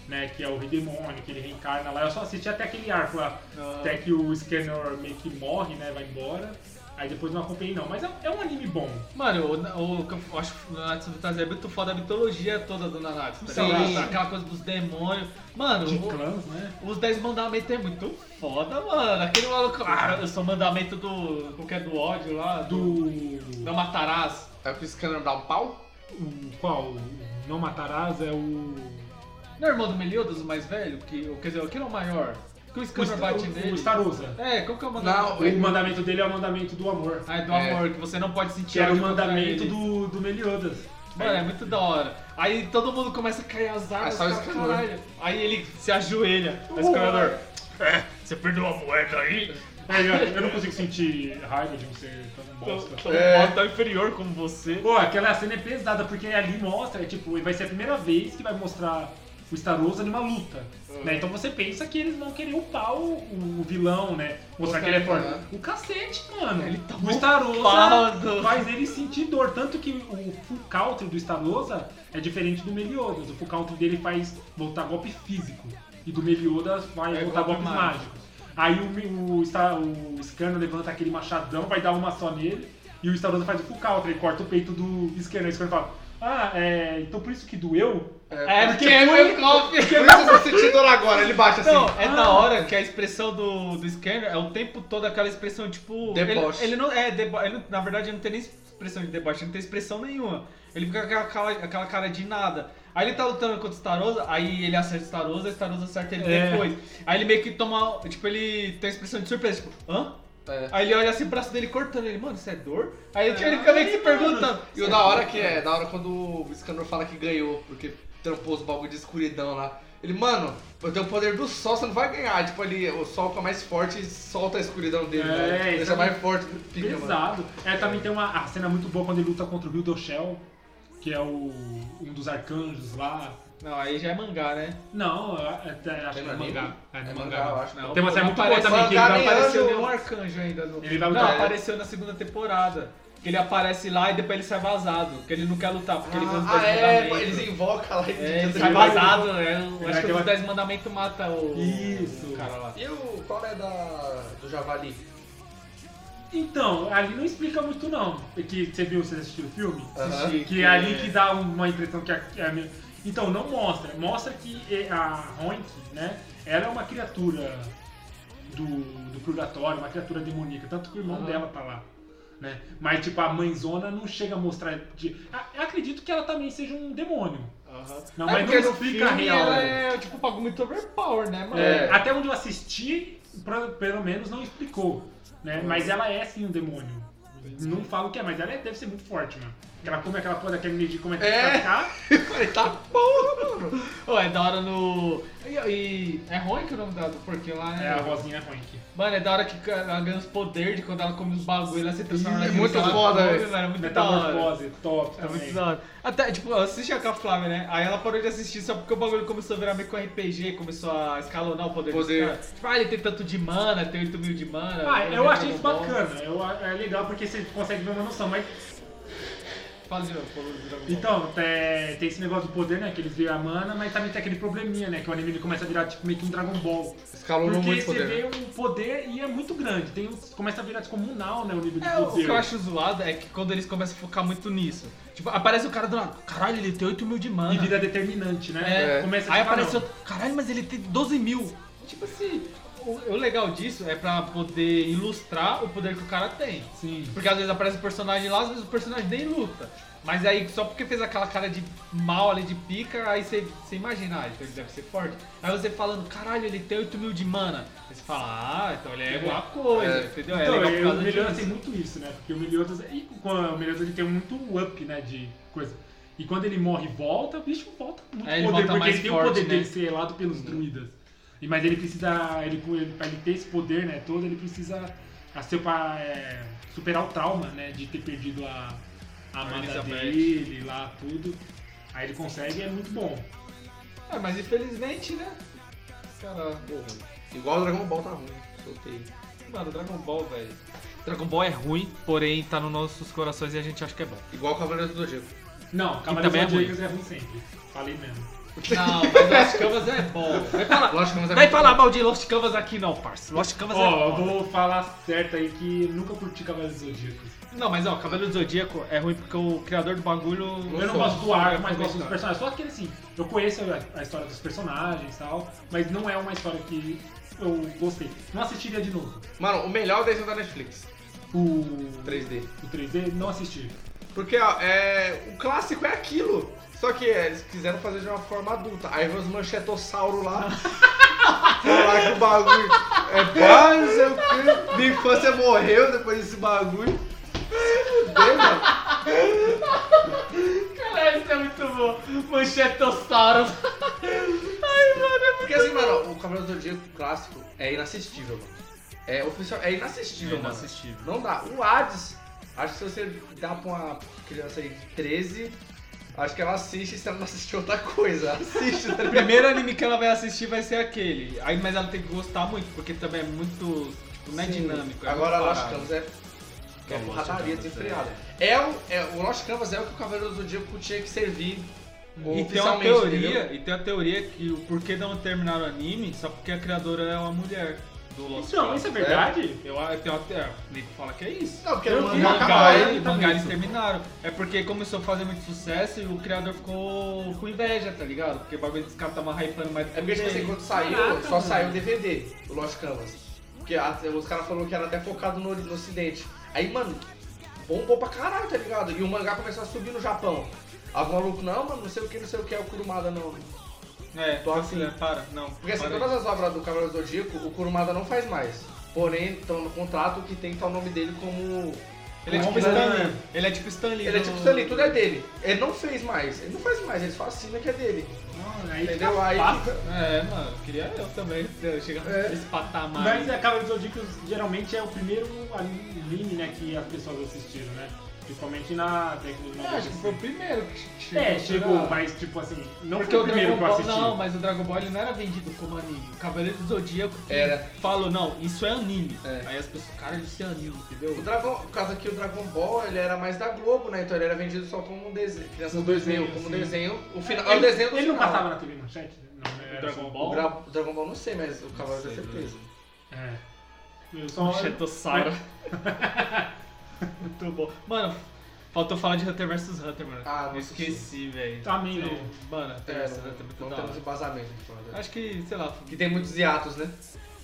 né, que é o rei demônio, que ele reencarna lá, eu só assisti até aquele arco lá.
Ah.
Até que o Scanner meio que morre, né, vai embora. Aí depois não acompanhei não, mas é, é um anime bom.
Mano, o, o que eu acho que o Nanatsu no Taizai é muito foda a mitologia toda do Nanatsu. Tá
Sim.
ligado? Aquela coisa dos demônios. Mano,
De
o-
clãs, né?
os 10 mandamentos é muito foda, mano. Aquele maluco. Ah, eu sou mandamento do. Qual que é do ódio lá?
Do...
Da Mataraz.
É o que o Scanner dá um pau?
O qual? O Não Matarás é o.
Não é irmão do Meliodas, o mais velho? Que, quer dizer, aquele é o maior. Que o
O,
Scanner
Sta-
bate
o-
nele.
o Staroza.
É, qual que é o mandamento?
Não,
O
ele
mandamento dele é o mandamento do amor.
Ah, é do
É.
amor, que você não pode sentir
Que era o
ódio contra
mandamento
ele.
do, do Meliodas.
Mano, é muito da hora. Aí todo mundo começa a cair as
É
águas.
só o
cara,
Escanor.
caralho. Aí ele se ajoelha. Aí o Escanor, É, você perdeu a moeda aí?
Aí, ó, eu não consigo sentir raiva de você tão bosta.
Então, é. tá inferior como você.
Pô, aquela cena é pesada, porque ali mostra, é tipo, vai ser a primeira vez que vai mostrar o Staroza numa luta. Né? Então você pensa que eles vão querer upar o, o vilão, né? Mostrar que ele é forte.
né?
O cacete, mano.
Ele tá
o Staroza
upado.
faz ele sentir dor. Tanto que o full counter do Staroza é diferente do Meliodas. O full counter dele faz voltar golpe físico. E do Meliodas vai
É
voltar
golpe
golpes mágicos. Aí o, Mi- o, Sta- o Scanner levanta aquele machadão, vai dar uma só nele, e o Stallone faz o full counter, ele corta o peito do Scanner. O Scanner fala, ah, é, então por isso que doeu?
É, porque é
foi-
meu cofre.
Por isso eu
é
senti dor agora, ele bate assim.
Não, é da hora que a expressão do, do Scanner é o tempo todo aquela expressão tipo.
Deboche.
Ele, ele não é debo- ele, Na verdade, ele não tem nem expressão de deboche, ele não tem expressão nenhuma. Ele fica com aquela, cara- aquela cara de nada. Aí ele tá lutando contra o Staroza, aí ele acerta o Staroza, o Staroza acerta ele
É.
depois. Aí ele meio que toma. Tipo, ele tem uma expressão de surpresa, tipo, hã?
É.
Aí ele olha assim o braço dele cortando ele, mano, isso é dor? Aí tipo, ele fica meio que se perguntando.
E o da hora que é, da hora quando o Scanner fala que ganhou, porque trampou os bagulho de escuridão lá. Ele, mano, eu tenho o poder do sol, você não vai ganhar. Tipo, ali, o sol fica mais forte e solta a escuridão dele,
É,
né?
isso
Deixa
é
mais forte, pica, mano.
Pesado. É, também tem uma a cena muito boa quando ele luta contra o Hildo Shell, que é o, um dos arcanjos lá.
Não, aí já é mangá, né?
Não, é, é,
Tem
acho que é
no anime?
mangá. É,
É
no
mangá,
mangá.
eu acho.
Não,
Tem uma
pô, não
série muito boa
apareceu-
também, que ele
mangá
vai
nem
aparecer.
apareceu
anjo.
nenhum um arcanjo ainda no.
Ele vai
não,
lutar.
apareceu na segunda temporada. Que ele aparece lá e depois ele sai vazado. Que ele não quer lutar, porque ele vê os
Ah,
dez
é, pô,
mandamentos.
eles invocam lá e
É, ele
fica- assim,
sai vazado, né? Eu
vai
Acho que
acabar-
os 10 mandamentos mata o.
Isso.
o cara lá.
E o qual é da. do Javali?
Então, ali não explica muito não. Que você viu, você assistiu o filme?
Ah,
Aham.
Que é ali que dá uma impressão que a, que a minha- Então, não mostra. Mostra que e- a Honk, né? Ela é uma criatura do, do purgatório, uma criatura demoníaca. Tanto que o
Ah.
irmão dela tá lá. Né? Mas, tipo, a mãezona não chega a mostrar. de- a- eu acredito que ela também seja um demônio. Não,
É
mas
porque
não
no
explica
filme
real. né.
ela é tipo um bagulho muito overpower, né, mano?
É.
Até onde eu assisti, pra- pelo menos não explicou. Né? Mas ela é sim um demônio. Não falo o que é, mas ela é- deve ser muito forte, mano. Porque ela come aquela porra daquele meio de como é que
É.
ficar.
tá bom, mano.
Ô, é da hora no. E, e- é ruim que o nome da, do porquinho lá,
É
né?
a Rosinha Rank.
Mano, é da hora que ela ganha os poderes de quando ela come os bagulho, ela se
Ih,
transforma
é
naquele
muito
cara
foda,
todo,
velho.
mano, É muito da hora.
Metamorfose, top
É muito
também.
da hora. Até, tipo, eu assistia com a Flávia, né? Aí ela parou de assistir só porque o bagulho começou a virar meio um com RPG, começou a escalonar o poder,
Poder.
dos caras. Tipo, ah, ele tem tanto de mana, tem 8 mil de mana.
Ah,
ele
eu
tem
achei isso
Dragon Ball.
bacana. Eu, é legal porque você consegue ver uma noção, mas
Fazia o poder do Dragon Ball.
Então, é, tem esse negócio do poder, né? Que eles viram a mana, mas também tem aquele probleminha, né? Que o anime ele começa a virar tipo, meio que um Dragon Ball.
Escalonou
Porque
muito o
você
poder. né?
né?
vê um poder e é muito grande. Tem, um- começa a virar descomunal, né? O nível de
É, o
poder.
que eu acho zoado é que quando eles começam a focar muito nisso. Tipo, aparece o cara do lado, caralho, ele tem 8 mil de mana.
E vira determinante, né?
É.
Começa a
Aí
ficar,
apareceu,
não.
caralho, mas ele tem 12 mil. Tipo assim, o, o legal disso é pra poder ilustrar o poder que o cara tem.
Sim.
Porque às vezes aparece o personagem lá, às vezes o personagem nem luta. Mas aí, só porque fez aquela cara de mal ali, de pica, aí você, você imagina, ah, então ele deve ser forte. Aí você falando, caralho, ele tem 8 mil de mana. Aí você fala, ah, então ele é alguma coisa,
É.
entendeu? é
Então,
legal por
é, o
causa
Meliodas tem
disso.
muito isso, né? Porque o Meliodas, e com a- o Meliodas ele tem muito up, né? De coisa. E quando ele morre e volta, o bicho volta com muito
É, ele
poder,
volta
porque
mais
ele tem o
forte,
poder
né?
dele ser selado pelos druidas. E, mas ele precisa, ele, com ele, pra ele ter esse poder, né? Todo, ele precisa a seu, pra, é, superar o trauma, né? De ter perdido a, a amada
Elizabeth.
dele, lá, tudo. Aí ele consegue e é muito bom.
É, mas infelizmente, né? Cara,
Igual o Dragon Ball tá ruim. Soltei.
mano, Dragon Ball, velho. Dragon Ball é ruim, porém tá nos nossos corações e a gente acha que é bom.
Igual o Cavaleiro do Zodíaco.
Não,
também é
Cavaleiro
ruim.
Zodíaco é ruim sempre. Falei mesmo.
Não, mas Lost Canvas é bom. Vai falar,
Lógico, mas é
vai
muito
falar
bom.
mal de Lost Canvas aqui não, parça. Lost Canvas é
Ó, eu
bom.
vou falar certo aí que nunca curti Cavaleiros Zodíacos.
Não, mas ó, Cabelo do Zodíaco é ruim porque o criador do bagulho.
Eu não
Só.
gosto do arco, mas
Também
gosto dos
não.
personagens. Só que assim, eu conheço a, a história dos personagens e tal, mas não é uma história que eu gostei. Não assistiria de novo.
é Mano, o melhor desenho da Netflix.
O
3D.
O 3D, não assisti.
Porque ó, é, o clássico é aquilo. Só que é, eles quiseram fazer de uma forma adulta. Aí vem os manchetossauro lá. Falar que o bagulho é pá, não sei o quê. Minha infância morreu depois desse bagulho. Se fuder, mano.
Caralho, isso é muito bom. Manchetossauro. Ai, mano, é muito
Porque assim, mano, o Cavaleiro do Zodíaco clássico é inassistível, mano. É oficial, é inassistível, mano.
inassistível.
Não dá. O Hades, acho que se você dá pra uma criança aí de 13, acho que ela assiste se ela não assistir outra coisa. Assiste, tá
O
ligado?
primeiro anime que ela vai assistir vai ser aquele. Aí, mas ela tem que gostar muito, porque também é muito. Tipo, não é dinâmico. É
Agora,
muito
Lost
parado.
Canvas é. É
Lost
porradaria
Canvas,
desenfreada. É o, é, o Lost Canvas é o que o Cavaleiro do Zodíaco tinha que servir
E tem uma
é oficialmente, entendeu?
teoria, e tem a teoria que o porquê não terminar o anime, só porque a criadora é uma mulher do Lost
Então, isso é verdade?
Eu, eu tenho até. O Nico fala que é isso.
Não, porque
Eu
o
vi
mangá
E
na
acabou,
mangá,
capa,
ele
e
tá
mangá eles
nisso.
terminaram. É porque começou a fazer muito sucesso e o criador ficou com inveja, tá ligado? Porque o bagulho desse cara tava hypando mais do que
É porque, tipo
ele.
assim, quando saiu,
Caraca,
só
mano.
saiu o DVD, o Lost Canvas. Porque a- os caras falaram que era até focado no, no ocidente. Aí, mano, bombou pra caralho, tá ligado? E o mangá começou a subir no Japão. Aí o maluco, não, mano, não sei o que, não sei o que, é o Kurumada não.
É,
Tô assim.
né, para, não.
Porque assim,
para
todas as obras do Cavaleiro do Zodíaco, o Kurumada não faz mais. Porém, estão no contrato que tem que estar o nome dele como.
aí. Ele é
como
tipo
vilão,
Stanley.
né?
Ele é tipo Stanley.
Ele é tipo Stanley, tudo é dele. Ele não fez mais, ele não faz mais, ele fascina que é dele.
Ah, aí
Entendeu?
fica
Aí
fácil.
fica-
É, mano, eu queria eu também eu chegar
É.
nesse patamar.
Mas é, a Cavaleiro do Zodíaco geralmente é o primeiro anime né, que as pessoas assistiram, né? Principalmente na década de
É, acho que
90.
foi o primeiro que chegou.
É, chegou,
lá.
mas tipo assim, não
Porque
foi
o
o
Dragon
primeiro que eu
Ball.
assisti.
Não, mas o Dragon Ball ele não era vendido como anime. O Cavaleiro do Zodíaco que
Era.
falou, não, isso é anime.
É.
Aí as pessoas, cara, isso é anime,
O
entendeu?
Dragon, por causa que o Dragon Ball ele era mais da Globo, né? Então ele era vendido só como um desenho. Criança
Um
do
desenho,
como
sim.
desenho. O final, é
Ele,
o desenho do
ele não
final.
passava na TV Manchete? Não, né? Era
Dragon
só-
O,
Ball?
Dra o Dragon Ball não sei, mas o Cavaleiro da
sei,
Certeza.
É. Eu só...
é Chetossauro. Muito bom. Mano, faltou falar de Hunter vs Hunter, mano.
Ah, não
Eu esqueci, velho. Tipo,
Também não.
Mano, Hunter
É,
vs Hunter é muito
não,
da
não temos
hora.
embasamento aqui, pra falar.
Acho que, sei lá.
Que tem muitos hiatos, né?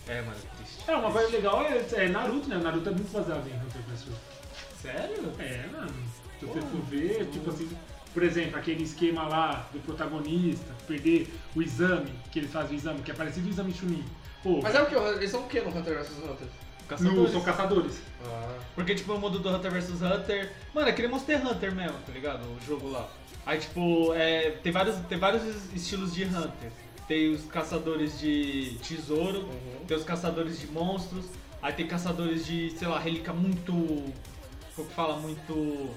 É, mano, triste.
É, uma coisa legal é, é Naruto, né? Naruto é muito baseado em Hunter vs. Hunter.
Sério?
É, mano. Se você for ver, tipo assim, por exemplo, aquele esquema lá do protagonista, perder o exame, que ele faz o exame, que é parecido o exame Chunin. Pô,
Mas é o que? Eles são o que no Hunter vs Hunter?
um
no
Caçadores.
São Caçadores.
Ah.
Porque, tipo, o mundo do Hunter vs Hunter. Mano, é aquele Monster Hunter mesmo, tá ligado? O jogo lá. Aí, tipo, é, tem, vários, tem vários es- estilos de Hunter. Tem os caçadores de tesouro,
Uhum.
tem os caçadores de monstros, aí tem caçadores de, sei lá, relíquia muito. Como que fala? Muito.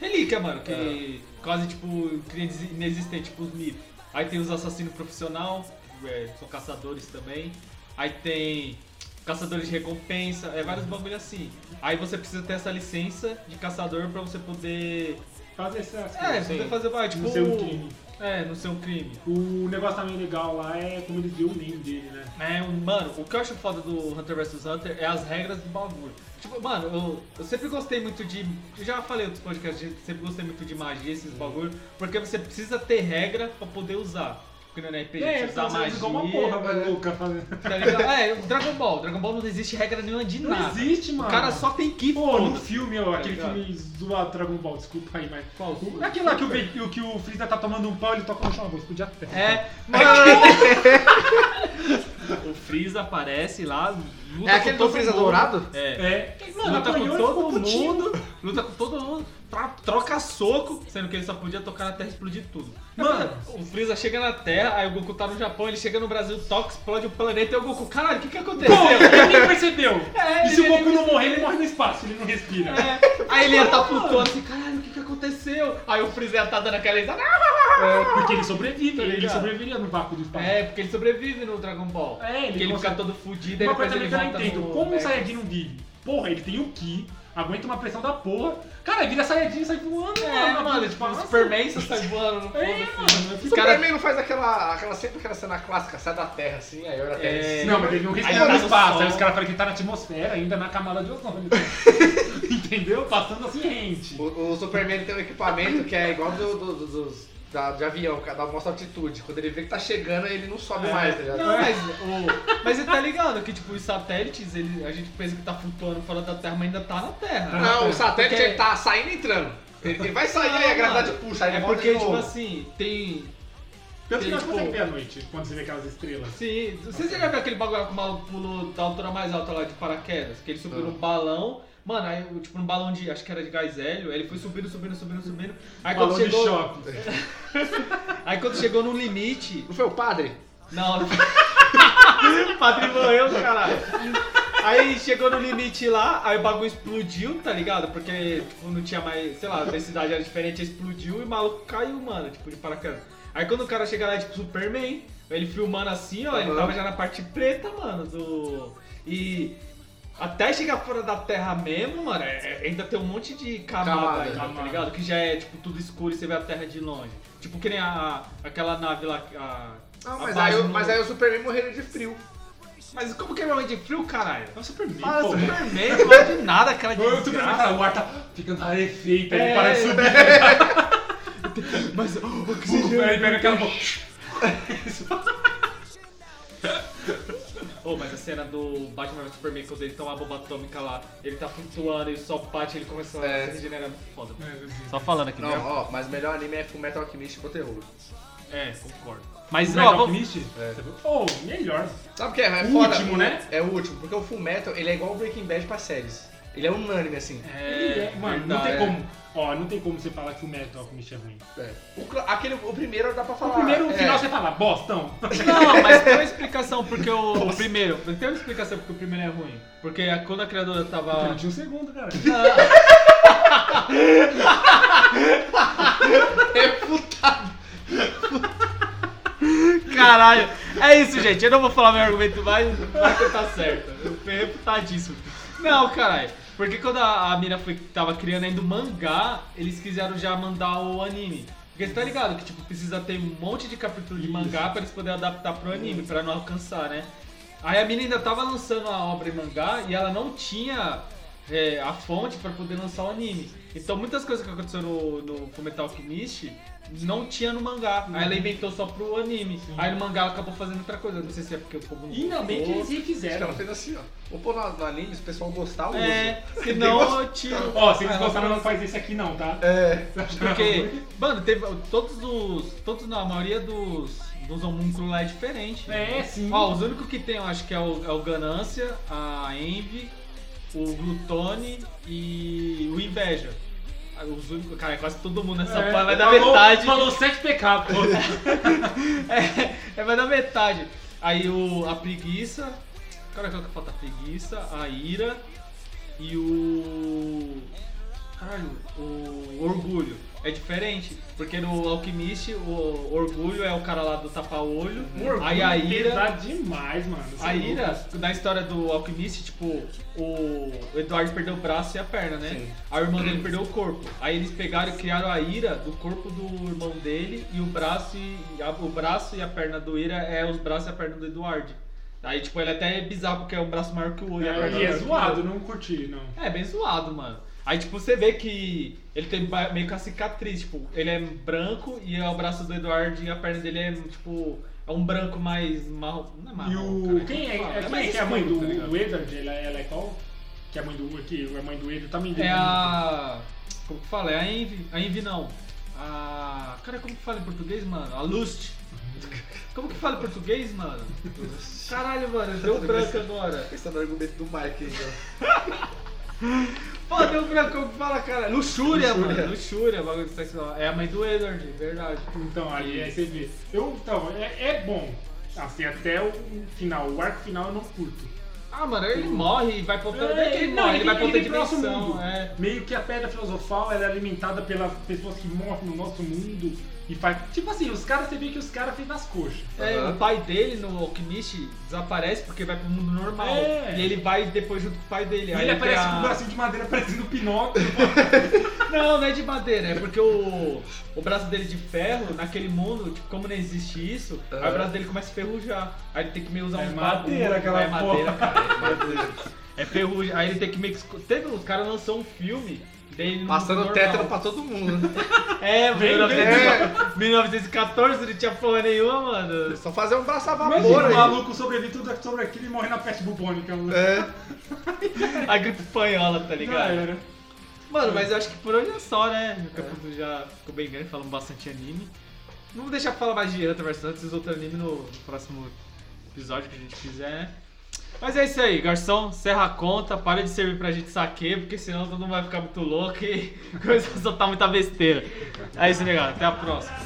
Relíquia, mano, que
É.
quase, tipo, que inexi- inexistente, tipo os mitos. Aí tem os assassinos profissional, que, é, são caçadores também. Aí tem caçadores de recompensa, é
Uhum.
vários bagulho assim. Aí você precisa ter essa licença de caçador pra você poder.
Faz essas
É, você poder fazer vai, tipo.
Não ser um crime.
É, não ser um crime.
O negócio também legal lá é como ele deu o name dele, né?
É, um- mano, o que eu acho foda do Hunter vs Hunter é as regras do bagulho. Tipo, mano, eu, eu sempre gostei muito de. Eu já falei outros podcasts, eu sempre gostei muito de magia, esses
Uhum.
bagulho, porque você precisa ter regra pra poder usar. Porque não é RPG, você precisa
senão
usar
então você
magia.
fica uma porra, velho, louca. fazendo-
tá ligado? É, o Dragon Ball. Dragon Ball não existe regra nenhuma de
Não
nada.
existe,
O
mano.
cara só tem que
Pô, no
foda-se.
filme, ó, aquele
tá ligado?
filme zoado Dragon Ball, desculpa aí, mas.
Qual?
O- É Aquele lá que o, Ve- que o- que o Freeza tá tomando um pau, ele toca no chão, vou explodir a terra.
É, o Freeza aparece lá, luta
É aquele
com todo
do Freeza
mundo.
dourado?
É.
É,
Mano, luta com
apanhou e
todo
ficou putinho.
mundo, luta com todo mundo, tra- troca soco, sendo que ele só podia tocar na terra e explodir tudo.
Mano.
o Freeza chega na terra, aí o Goku tá no Japão, ele chega no Brasil, toca, explode o planeta e o Goku, caralho, o que que aconteceu?
Pô, ele nem percebeu.
É,
e se
ele
o Goku
nem
não morrer, ele morre no espaço, ele não respira.
É, Aí ele ia tá flutuando assim, caralho, o que que aconteceu? Aí o Freeza ia tá dando aquela risada,
Porque ele sobrevive,
Tá
ele
ligado?
sobreviveria no vácuo do espaço.
É, porque ele sobrevive no Dragon Ball.
É, ele
Porque ele
consegue-
fica todo fudido, aí
Uma coisa
depois ele
também que eu não
volta
entendo,
no...
como o
Mega.
Saiyajin não vive? Porra, ele tem o Ki, aguenta uma pressão da porra. Cara, vira Saiyajin e sai voando,
É,
mano.
mano,
aquele
tipo, o
espaço.
Superman só sai voando no assim. foda-se. né?
É, mano.
O
esse
Superman
cara-
não faz aquela, aquela. sempre aquela cena clássica, sai da terra assim, aí olha a terra.
É.
assim.
Não, mas ele não
Aí tá
respira no
no
espaço.
sol.
Aí os caras falam que ele tá na atmosfera, ainda na camada de ozônio. Entendeu? Passando assim, rente.
O, o Superman tem um equipamento que é igual do, do- do- dos. Da, de avião, que dá uma mostra altitude. Quando ele vê que tá chegando, ele não sobe mais, tá ligado?
É.
Não, mas, o, mas você tá ligado que, tipo, os satélites, ele, a gente pensa que tá flutuando fora da Terra, mas ainda tá na Terra.
Não, o satélite
Porque-
ele tá saindo e entrando.
Ele, ele vai sair é aí, a gravidade puxa, aí ele
É
volta
porque,
de
tipo
novo.
assim, tem.
Tanto que
Tem,
nós
tipo,
conseguimos ver à noite, quando você vê aquelas estrelas.
Sim, vocês já viram aquele bagulho lá que o maluco pulou da altura mais alta lá de paraquedas? Que ele
Ah.
subiu num balão. Mano, aí, tipo, num balão de. Acho que era de gás hélio. Aí ele foi subindo, subindo, subindo, subindo. Aí É
Um
quando,
Balão de
chegou,
shopping.
aí quando chegou no limite,
Não foi o padre?
Não. o padre morreu, caralho. Aí chegou no limite lá, aí o bagulho explodiu, tá ligado? Porque tipo, não tinha mais, sei lá, a densidade era diferente, explodiu e o maluco caiu, mano, tipo, de paraquedas. Aí quando o cara chega lá, é tipo Superman, ele filmando assim, ó, ele
Aham.
tava já na parte preta, mano, do. E. Até chegar fora da Terra mesmo, mano, é- ainda tem um monte de camada,
Camada, né,
ainda,
camada.
tá ligado? Que já é, tipo, tudo escuro e você vê a Terra de longe. Tipo que nem a, aquela nave lá, a,
Não, mas aí,
Rapaz, não-
o- mas aí o Superman morreria de frio.
mas como que é momento de frio, caralho?
É o Superman,
Fala
pô.
Superman, não fala de nada, aquela
Ou é o Superman,
desgraça.
cara, o ar tá ficando rarefeito, um ele
É.
para de subir.
Mas o que
Aí ele pega aquela boca.
Oh, mas a cena do Batman vs Superman, quando ele tem uma bomba atômica lá, ele tá flutuando e só bate, ele começa a
É.
se regenerar. Foda. Só falando aqui, né?
Não, ó, mas o melhor anime é Full Metal Alchemist pro terror.
É, concordo. Mas,
Metal
ó, vamos...
Alchemist? Pô, melhor.
Sabe o que é? É
O
foda.
último, né?
É o último, porque o Full Metal ele é igual o Breaking Bad pra séries. Ele é unânime, assim.
Ele é- mano, não tem
verdade.
como. Ó, não tem como você falar que o Metal Alchemist é ruim.
É. O, cl- aquele, o primeiro dá pra
O
Ah,
falar.
primeiro, o
é.
final você fala, bostão.
Não, mas tem uma explicação porque o, o primeiro. Tem uma explicação porque o primeiro é ruim. Porque a- quando a criadora tava.
Não tinha um segundo, cara.
Caralho, é isso, gente. Eu não vou falar meu argumento mais, mas você tá certo. Eu fui reputadíssimo. Não, caralho. Porque quando a, a mina foi, tava criando ainda o mangá, eles quiseram já mandar o anime. Porque você tá ligado que tipo, precisa ter um monte de capítulo de mangá pra eles poderem adaptar pro anime, pra não alcançar, né? Aí a mina ainda tava lançando a obra em mangá e ela não tinha é, a fonte pra poder lançar o anime. Então muitas coisas que aconteceu no, no Fullmetal Alchemist não tinha no mangá. Aí ela inventou só pro anime. Aí no mangá ela acabou fazendo outra coisa. Não sei se é porque o povo não
Ainda bem que eles
Ela
refizeram.
fez assim, ó. Vou pôr no, no anime, se o pessoal gostar, eu
É,
uso.
senão eu tiro.
Ó, se eles gostaram, Ah, não faz esse aqui não, tá?
É.
Porque, mano, teve todos os. Todos, não, a maioria dos, dos homúnculos lá é diferente.
É, sim.
Ó, os únicos que tem, eu acho que é o, é o Ganância, a Envy, o Glutone e o Inveja. Ah, Os únicos, cara, é quase todo mundo nessa
É,
porra, vai dar
falou-
metade.
Falou sete pecados, pô.
É, é, vai dar metade. Aí o, a preguiça. Cara, qual que falta? A preguiça, a ira e o. Caralho, o orgulho. É diferente. Porque no Alchemist, o orgulho é o cara lá do tapa-olho. Aí a ira.
É Pesado demais, mano. é
A ira, na história do Alchemist, tipo, o Eduardo perdeu o braço e a perna, né?
Sim.
A irmã dele perdeu o corpo. Aí eles pegaram e criaram a ira do corpo do irmão dele e o braço e e a, o braço e a perna do Ira é os braços e a perna do Eduardo. Aí, tipo, ele até é bizarro porque é um braço maior que o olho. a perna
E
maior
é
que o
zoado,
olho.
não curti, não.
É, bem zoado, mano. Aí, tipo, você vê que ele tem ba- meio que a cicatriz, tipo, ele é branco e é o braço do Eduardo e a perna dele é, tipo, é um branco mais marrom. Não é marrom,
E
cara, Ah,
o. Quem é,
como
é,
fala?
quem é
mais
que é a mãe
escuro,
do,
tá ligado?
do Edward? Ela, ela é qual? Que é a mãe do. Que é a mãe do Edward também dele.
É a. Como que fala? É a Envy. A Envy não. A. Cara, como que fala em português, mano? A Lust. Como que fala em português, mano? Caralho, mano, deu branco agora.
Pensando no argumento do Mike aí, ó.
Pô, deu branco, como que fala, cara? Luxúria,
Luxúria.
mano. Luxúria, bagulho sexual. É a mãe do Edward, verdade.
Então, ali aí você vê. Eu, então, é, é bom. Assim, até o final. O arco final eu não curto.
Ah, mano, ele morre e vai pra outra.
É,
não é que ele
não,
morre, ele vai pra outra
vem pro nosso
dimensão.
mundo.
É.
Meio que a pedra filosofal ela é alimentada pelas pessoas que morrem no nosso mundo e faz. Tipo assim, os caras, você vê que os caras fez nas coxas.
É,
Aham.
O pai dele no Alchemist desaparece porque vai pro mundo normal.
É.
E ele vai depois junto com o pai dele.
E
Aí
ele
tem
aparece
a-
com o bracinho de madeira parecendo o Pinóquio.
Não, não é de madeira, é porque o, o braço dele de ferro, naquele mundo, tipo, como não existe isso, aí o braço dele começa a ferrujar. Aí ele tem que meio usar
É
um bagulho,
madeira aquela
é madeira,
porra.
cara, é madeira. É ferrugem. Aí ele tem que meio que. esco- Teve uns caras lançou um filme dele no
Passando
mundo
tétano
normal.
pra todo mundo. né?
É,
Vem,
1914, 1914 não tinha porra nenhuma, mano.
Só fazer um braço a
Imagina
vapor
o
aí.
maluco sobrevive tudo aqui- sobre aquilo e morre na peste bubônica. mano.
É.
A gripe espanhola, tá
né? Já
ligado?
era.
Mano, mas eu acho que por hoje é só, né? O capítulo já ficou bem grande, falamos bastante anime. Vamos deixar pra falar mais de Hunter vs Hunter e outro anime no, no próximo episódio que a gente fizer, né? Mas é isso aí, garçom, serra a conta, para de servir pra gente saque, porque senão todo mundo vai ficar muito louco e começa a soltar muita besteira. É isso, negado, até a próxima.